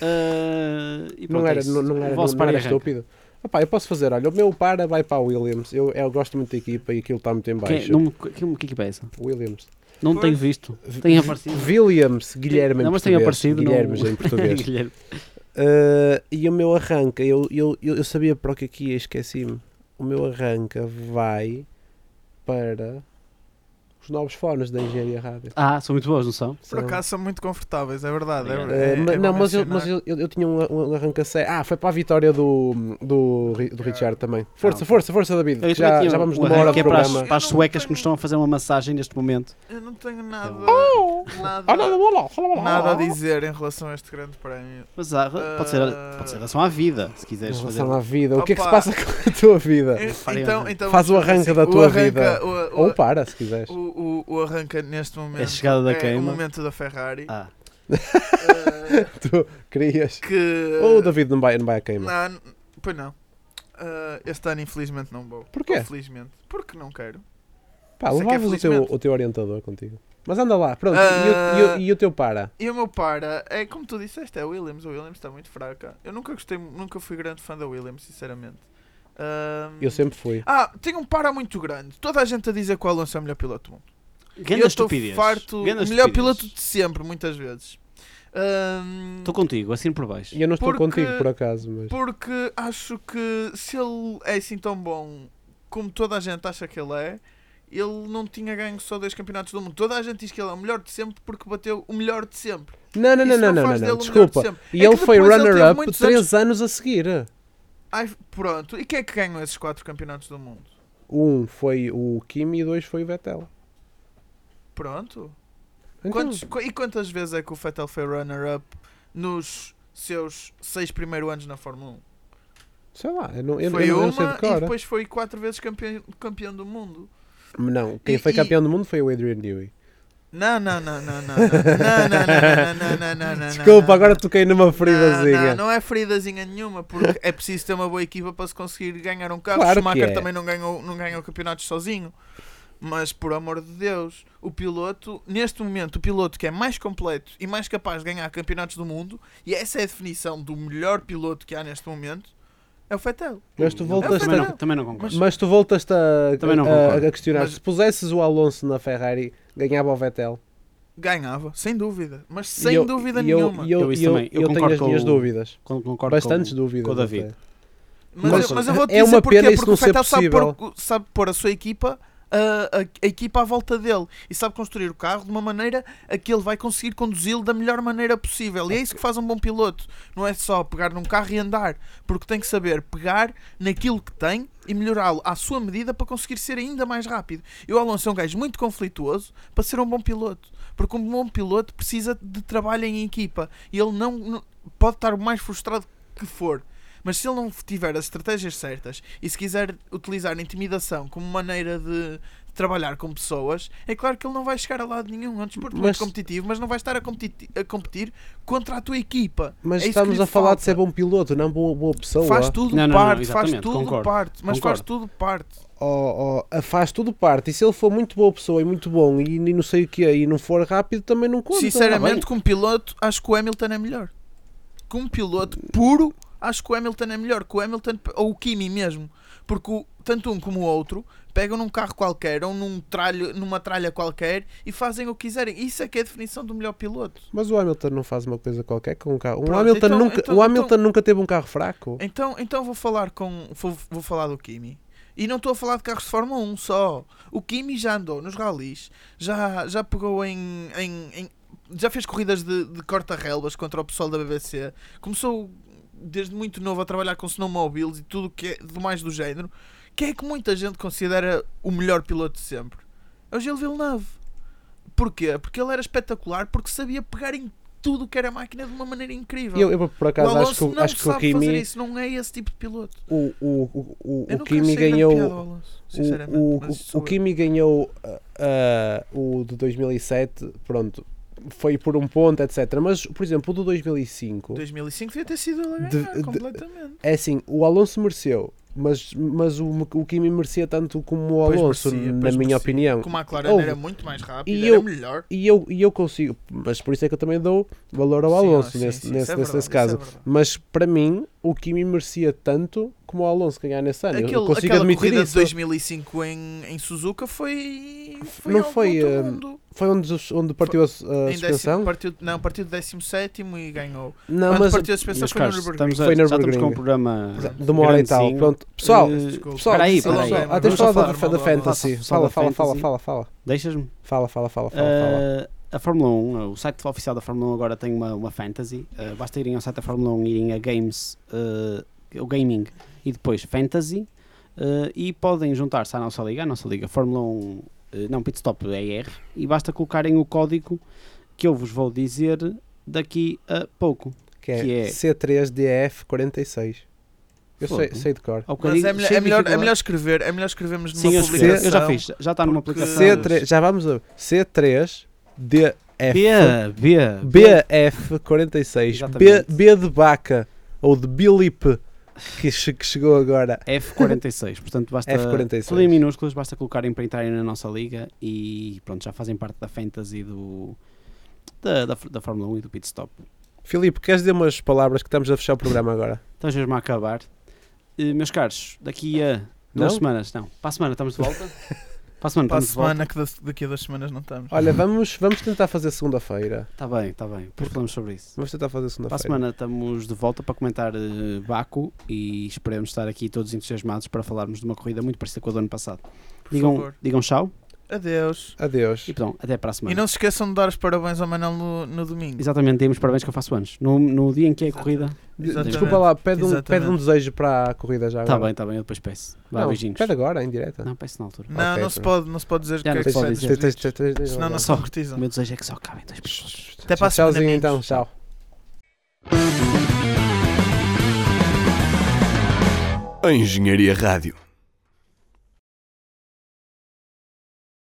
A: Ah, e pronto,
B: Não
A: é
B: era,
A: isso.
B: não, não
A: o
B: era, não,
A: vosso
B: não
A: par e
B: era
A: arranca.
B: estúpido. Opá, eu posso fazer, olha, o meu para vai para a Williams. Eu, eu gosto muito da equipa e aquilo está muito em
A: Quem,
B: baixo.
A: não, que, que equipa é essa?
B: Williams.
A: Não
C: Pois.
A: tenho visto. Tem aparecido.
B: Williams, Guilherme em
A: Não, mas tem
B: português.
A: aparecido, não-
B: Guilhermes em
A: (laughs)
B: português.
A: Guilherme.
B: Uh, e o meu arranca, eu, eu, eu, eu sabia para o que aqui ia, esqueci-me. O meu arranca vai para os novos fones da Engenharia Rádio.
A: Ah, são muito boas, não são?
C: Por
B: São-
C: acaso são muito confortáveis, é verdade. É,
A: Obrigado.
B: Uh,
C: é-
B: ma-
C: é
B: não,
C: bom
B: mas, eu,
C: mencionar.
B: mas eu, eu, eu tinha um, um arranca sério. Ah, foi para a vitória do, do, Ri- do Richard também.
C: Ah,
B: Força,
A: ok.
B: força, força, David.
A: Eu
B: que
A: também
B: Já,
A: tinha
B: já vamos
A: um
B: numa
A: arranque
B: hora
A: que
B: de
A: é para as,
B: programa.
A: para as suecas que nos estão a fazer uma massagem neste momento.
C: Eu não tenho nada,
B: Ah, não,
C: nada,
B: não, não, não, não.
C: nada a dizer em relação a este grande prémio.
A: Mas há- pode, ser,
C: Ah.
A: pode ser relação à vida, se quiseres
B: Em
A: fazer.
B: relação à vida, o que é que se
C: Opa.
B: passa com a tua vida?
C: Eh,
A: faria
C: Então,
A: nada.
C: então
B: um- Faz o
C: vamos fazer
B: arranque da tua vida.
C: O, o,
B: Ou para, se quiseres.
C: o- o- o arranca neste momento
A: É a chegada da
C: é o
A: queima.
C: momento da Ferrari.
A: Ah,
C: eh,
B: Tu querias.
C: que.
B: (laughs) Ou o David não vai, não vai a queima.
C: Não, n- pois não. Eh, este ano, infelizmente, não vou.
B: Porquê?
C: Ou Felizmente. Porque não quero.
B: Pá,
C: Isso é que é
B: levavas o, teu,
C: felizmente.
B: o teu orientador contigo. Mas anda lá, pronto.
C: Ah.
B: E, o, e o- e o teu para?
C: E o meu para é como tu disseste, é a Williams. A Williams está muito fraca. Eu nunca gostei, nunca fui grande fã da Williams, sinceramente. Ahm,
B: Eu sempre fui.
C: Ah, tem um para muito grande. Toda a gente a dizer que o Alonso é o melhor piloto do mundo.
A: grande
C: eu estou
A: estupidez.
C: farto, o
A: Grande
C: melhor
A: estupidez.
C: piloto de sempre, muitas vezes. Ahm,
A: Estou contigo, assim por baixo.
B: E eu não estou
C: porque-
B: contigo, por acaso. Mas...
C: porque acho que se ele é assim tão bom como toda a gente acha que ele é, ele não tinha ganho só dois campeonatos do mundo. Toda a gente diz que ele é o melhor de sempre porque bateu o melhor de sempre.
B: Não, não, não,
C: Isso
B: não, não,
C: faz
B: não,
C: dele o melhor de
B: desculpa.
C: sempre.
B: E
C: É
B: ele
C: que
B: foi
C: depois ele teve
B: runner-up
C: muitos
B: 3 anos a seguir.
C: Ai, pronto. E quem é que ganhou esses quatro campeonatos do mundo?
B: Um foi o Kimi e dois foi o Vettel.
C: Pronto.
B: Então,
C: Quantos- qu- e quantas vezes é que o Vettel foi runner-up nos seus seis primeiros anos na Fórmula 1?
B: Sei lá, eu não, eu,
C: foi
B: eu não, eu
C: uma
B: não sei de
C: e
B: cor.
C: depois foi quatro vezes campeão, campeão do mundo.
B: Não, quem
C: e-
B: foi
C: e-
B: campeão do mundo foi o Adrian Newey.
C: Não, não, não,
B: (laughs)
C: não, não, não, não, não, não, não, não, não, não,
B: Desculpa,
C: não,
B: agora toquei numa
C: Não,
B: feridazinha.
C: não, não é feridazinha nenhuma, porque é preciso ter uma boa equipa para se conseguir ganhar um carro.
B: Claro que
C: Schumacher
B: é.
C: também não ganhou, não ganhou campeonatos sozinho. Mas por amor de Deus, o piloto, neste momento, o piloto que é mais completo e mais capaz de ganhar campeonatos do mundo, e essa é a definição do melhor piloto que há neste momento, é o Fettel.
B: Mas tu
A: Hum,
B: voltaste
A: também,
B: a-
A: não, também não concordo.
B: Mas tu voltas a,
A: Também não
B: a,
A: concordo.
B: a questionar.
C: Mas-
B: Se pusesses o Alonso na Ferrari, ganhava o Vettel.
C: Ganhava, sem dúvida, mas sem
B: E eu-
C: dúvida
B: e eu-
C: nenhuma.
B: E eu,
A: Eu isso
B: e eu-
A: também, eu
B: eu tenho
A: concordo
B: as minhas
A: com o-
B: dúvidas.
A: Con- Concordo
B: Bastantes
A: com...
B: dúvidas.
A: o David.
B: até.
C: Mas,
B: Mas
C: eu, mas eu vou te
B: é
C: dizer
B: uma
C: porquê,
B: pena isso
C: porque
B: não
C: o
B: ser
C: Fettel sabe pôr,
B: possível.
C: o- sabe pôr a sua equipa, a, a- a equipa à volta dele e sabe construir o carro de uma maneira a que ele vai conseguir conduzi-lo da melhor maneira possível. E é isso que faz um bom piloto. Não é só pegar num carro e andar, porque tem que saber pegar naquilo que tem e melhorá-lo à sua medida para conseguir ser ainda mais rápido. E o Alonso é um gajo muito conflituoso para ser um bom piloto, porque um bom piloto precisa de trabalho em equipa e ele não- não pode estar o mais frustrado que for. Mas se ele não tiver as estratégias certas e se quiser utilizar a intimidação como maneira de trabalhar com pessoas, é claro que ele não vai chegar a lado nenhum. É um desporto muito
B: Mas-
C: competitivo, mas não vai estar a, competi- a competir contra a tua equipa.
B: Mas
C: É isso que
B: estamos
C: lhe
B: a falar
C: falta.
B: de ser bom piloto, não boa, boa pessoa.
C: Faz tudo
A: Não, não, não,
C: parte, faz
A: exatamente,
C: tudo
A: concordo,
C: parte, mas faz
A: concordo.
C: tudo parte.
B: Ó, ó, faz tudo parte. E se ele for muito boa pessoa e muito bom e, e não sei o que e não for rápido, também não é? conta.
C: Sinceramente, como piloto, acho que o Hamilton é melhor. Como piloto puro, acho que o Hamilton é melhor. Que o Hamilton, ou o Kimi mesmo. Porque o- tanto um como o outro pegam num carro qualquer ou num tralho, numa tralha qualquer e fazem o que quiserem. Isso é que é a definição do melhor piloto.
B: Mas o Hamilton não faz uma coisa qualquer com um carro. O
C: Pronto,
B: Hamilton,
C: então-
B: nunca,
C: então-
B: o Hamilton
C: então-
B: nunca teve um carro fraco.
C: Então, então vou falar com. Vou, vou falar do Kimi. E não estou a falar de carros de Fórmula 1 só. O Kimi já andou nos ralis, já, já pegou em, em- em- Já fez corridas de, de corta-relvas contra o pessoal da BBC. Começou desde muito novo a trabalhar com snowmobiles e tudo o que é do mais do género. Quem é que muita gente considera o melhor piloto de sempre? É o Gil Villeneuve. Porquê? Porque ele era espetacular, porque sabia pegar em tudo que era máquina de uma maneira incrível.
B: Eu, eu, por acaso,
C: o Alonso
B: acho que, o-
C: É não
B: acho que o
C: sabe fazer
B: Kimi,
C: isso, não é esse tipo de piloto.
B: o, o, o, o-
C: Eu
B: o
C: nunca
B: Kimi
C: achei grande piada ao
B: ganhou.
C: Alonso, sinceramente,
B: O, o,
C: mas isso é
B: o
C: sou eu.
B: Kimi ganhou ah, ah, o de 2007, pronto, foi por um ponto, etc. Mas, por exemplo, o do 2005,
C: 2005 devia ter sido ele a
B: De-
C: ganhar
B: de-
C: completamente.
B: é assim, o Alonso mereceu, mas, mas o, o Kimi merecia tanto como o
C: Pois
B: Alonso,
C: merecia,
B: na
C: pois
B: minha
C: merecia.
B: opinião.
C: Como a McLaren
B: Houve-
C: era muito mais rápida,
B: E
C: era
B: eu-
C: melhor.
B: E eu, e eu consigo, mas por isso é que eu também dou valor ao
C: Sim,
B: Alonso
C: sim,
B: nesse,
C: sim,
B: nesse,
C: isso é
B: nesse-
C: verdade,
B: nesse caso.
C: isso é verdade.
B: mas para mim, o Kimi merecia tanto como o Alonso ganhar nesse ano. eu
C: Aquele-
B: consigo
C: aquela
B: admitir
C: corrida de
B: isso.
C: 2005 em, em Suzuka foi. foi
B: Não
C: algo do
B: foi,
C: outro
B: eh,
C: mundo.
B: Foi onde, os- onde partiu a, su- a
C: Em décimo-
B: suspensão?
C: partiu, não, partiu de 17 e ganhou.
B: Não,
C: Quando
B: mas
C: partiu a suspensão
A: Meus
C: foi no
A: caros,
C: Nürburgring.
A: estamos a,
B: Foi
A: já
B: no
A: estamos com
B: Nürburgring.
A: um programa.
B: de uma hora e tal.
A: Grandezinho.
B: Pronto, pessoal,
A: Eh,
C: Desculpa.
B: pessoal,
A: Peraí,
B: pessoal,
A: peraí.
B: pessoal, ah, tens de
C: Vamos
B: falar da,
C: falar
B: da
C: mal,
B: Fantasy.
A: mal,
B: Fala,
A: mal,
B: fala,
A: mal,
B: fala,
A: mal.
B: fala, fala.
A: Deixas-me?
B: Fala, fala, fala, fala, fala.
A: Eh, a Fórmula 1, o site oficial da Fórmula 1 agora tem uma, uma fantasy. Eh, basta irem ao site da Fórmula 1 e irem a Games, eh, o Gaming e depois Fantasy. eh, e podem juntar-se à nossa liga, à nossa liga Fórmula 1, eh, não, Pitstop ER. E basta colocarem o código que eu vos vou dizer daqui a pouco.
B: Que é,
A: que é-
B: C3DF46. Eu sei,
A: Fogo.
B: sei de cor.
A: Ao bocadinho,
C: Mas é, melhor,
A: cheio
C: é,
A: de
C: melhor, é
A: dificuldade.
C: melhor escrever, é melhor escrevermos numa
A: Sim, eu, escrevi,
C: publicação.
A: eu já fiz, já está numa
C: porque-
A: aplicação.
B: C3, já vamos a
C: É
B: C3DF.
A: B, B,
B: BF46. B,
A: Exatamente.
B: B de vaca. Ou de Bilip. Que, che- que chegou agora.
A: F46, portanto basta
B: F46.
A: tudo em minúsculas, basta colocarem para entrarem na nossa liga e pronto, já fazem parte da fantasy do da, da, da Fórmula 1 e do pit stop.
B: Filipe, queres dizer umas palavras que estamos a fechar o programa agora?
A: Então já me a acabar. Eh, meus caros, daqui a duas
B: Não?
A: semanas, não, para a semana estamos de
C: (laughs)
A: volta. para a semana
C: Para a
A: estamos de volta.
C: semana, que da- daqui a duas semanas não estamos.
B: Olha, vamos, vamos tentar fazer segunda-feira.
A: Está Tá bem, está bem, depois falamos sobre isso.
B: Vamos tentar fazer
A: Para a
B: segunda-feira.
A: semana estamos de volta para comentar eh, Baco e esperemos estar aqui todos entusiasmados para falarmos de uma corrida muito parecida com a do ano passado. Digam,
C: favor.
A: digam tchau
C: Adeus.
B: Adeus.
A: e perdão, até para a semana.
C: E não se esqueçam de dar os parabéns ao Manel no, no domingo.
A: Exatamente, demos parabéns que eu faço anos. No, no dia em que é a corrida.
B: De-
C: Exatamente.
B: Desculpa lá, pede um,
C: Exatamente.
B: pede um desejo para a corrida já
A: Está tá
B: agora.
A: bem, está bem, eu depois peço. Vá,
B: não,
A: beijinhos.
B: Pede agora, em direta.
A: Não, peço na altura.
C: Não,
B: Ok,
C: não, se
B: pronto.
C: pode, não se pode dizer o que
A: Já
C: é
A: não
C: que
A: se pode
C: sai
B: Tens-
A: dizer.
C: dos
B: tens- tens-
C: pedidos.
B: tens- tens- tens-
C: Senão não se
A: Só- O
C: concretizam.
A: meu desejo é que só cabem dois pessoas.
C: Até para a semana,
B: Tchauzinho então,
C: amigos.
B: tchau.
D: A Engenharia Rádio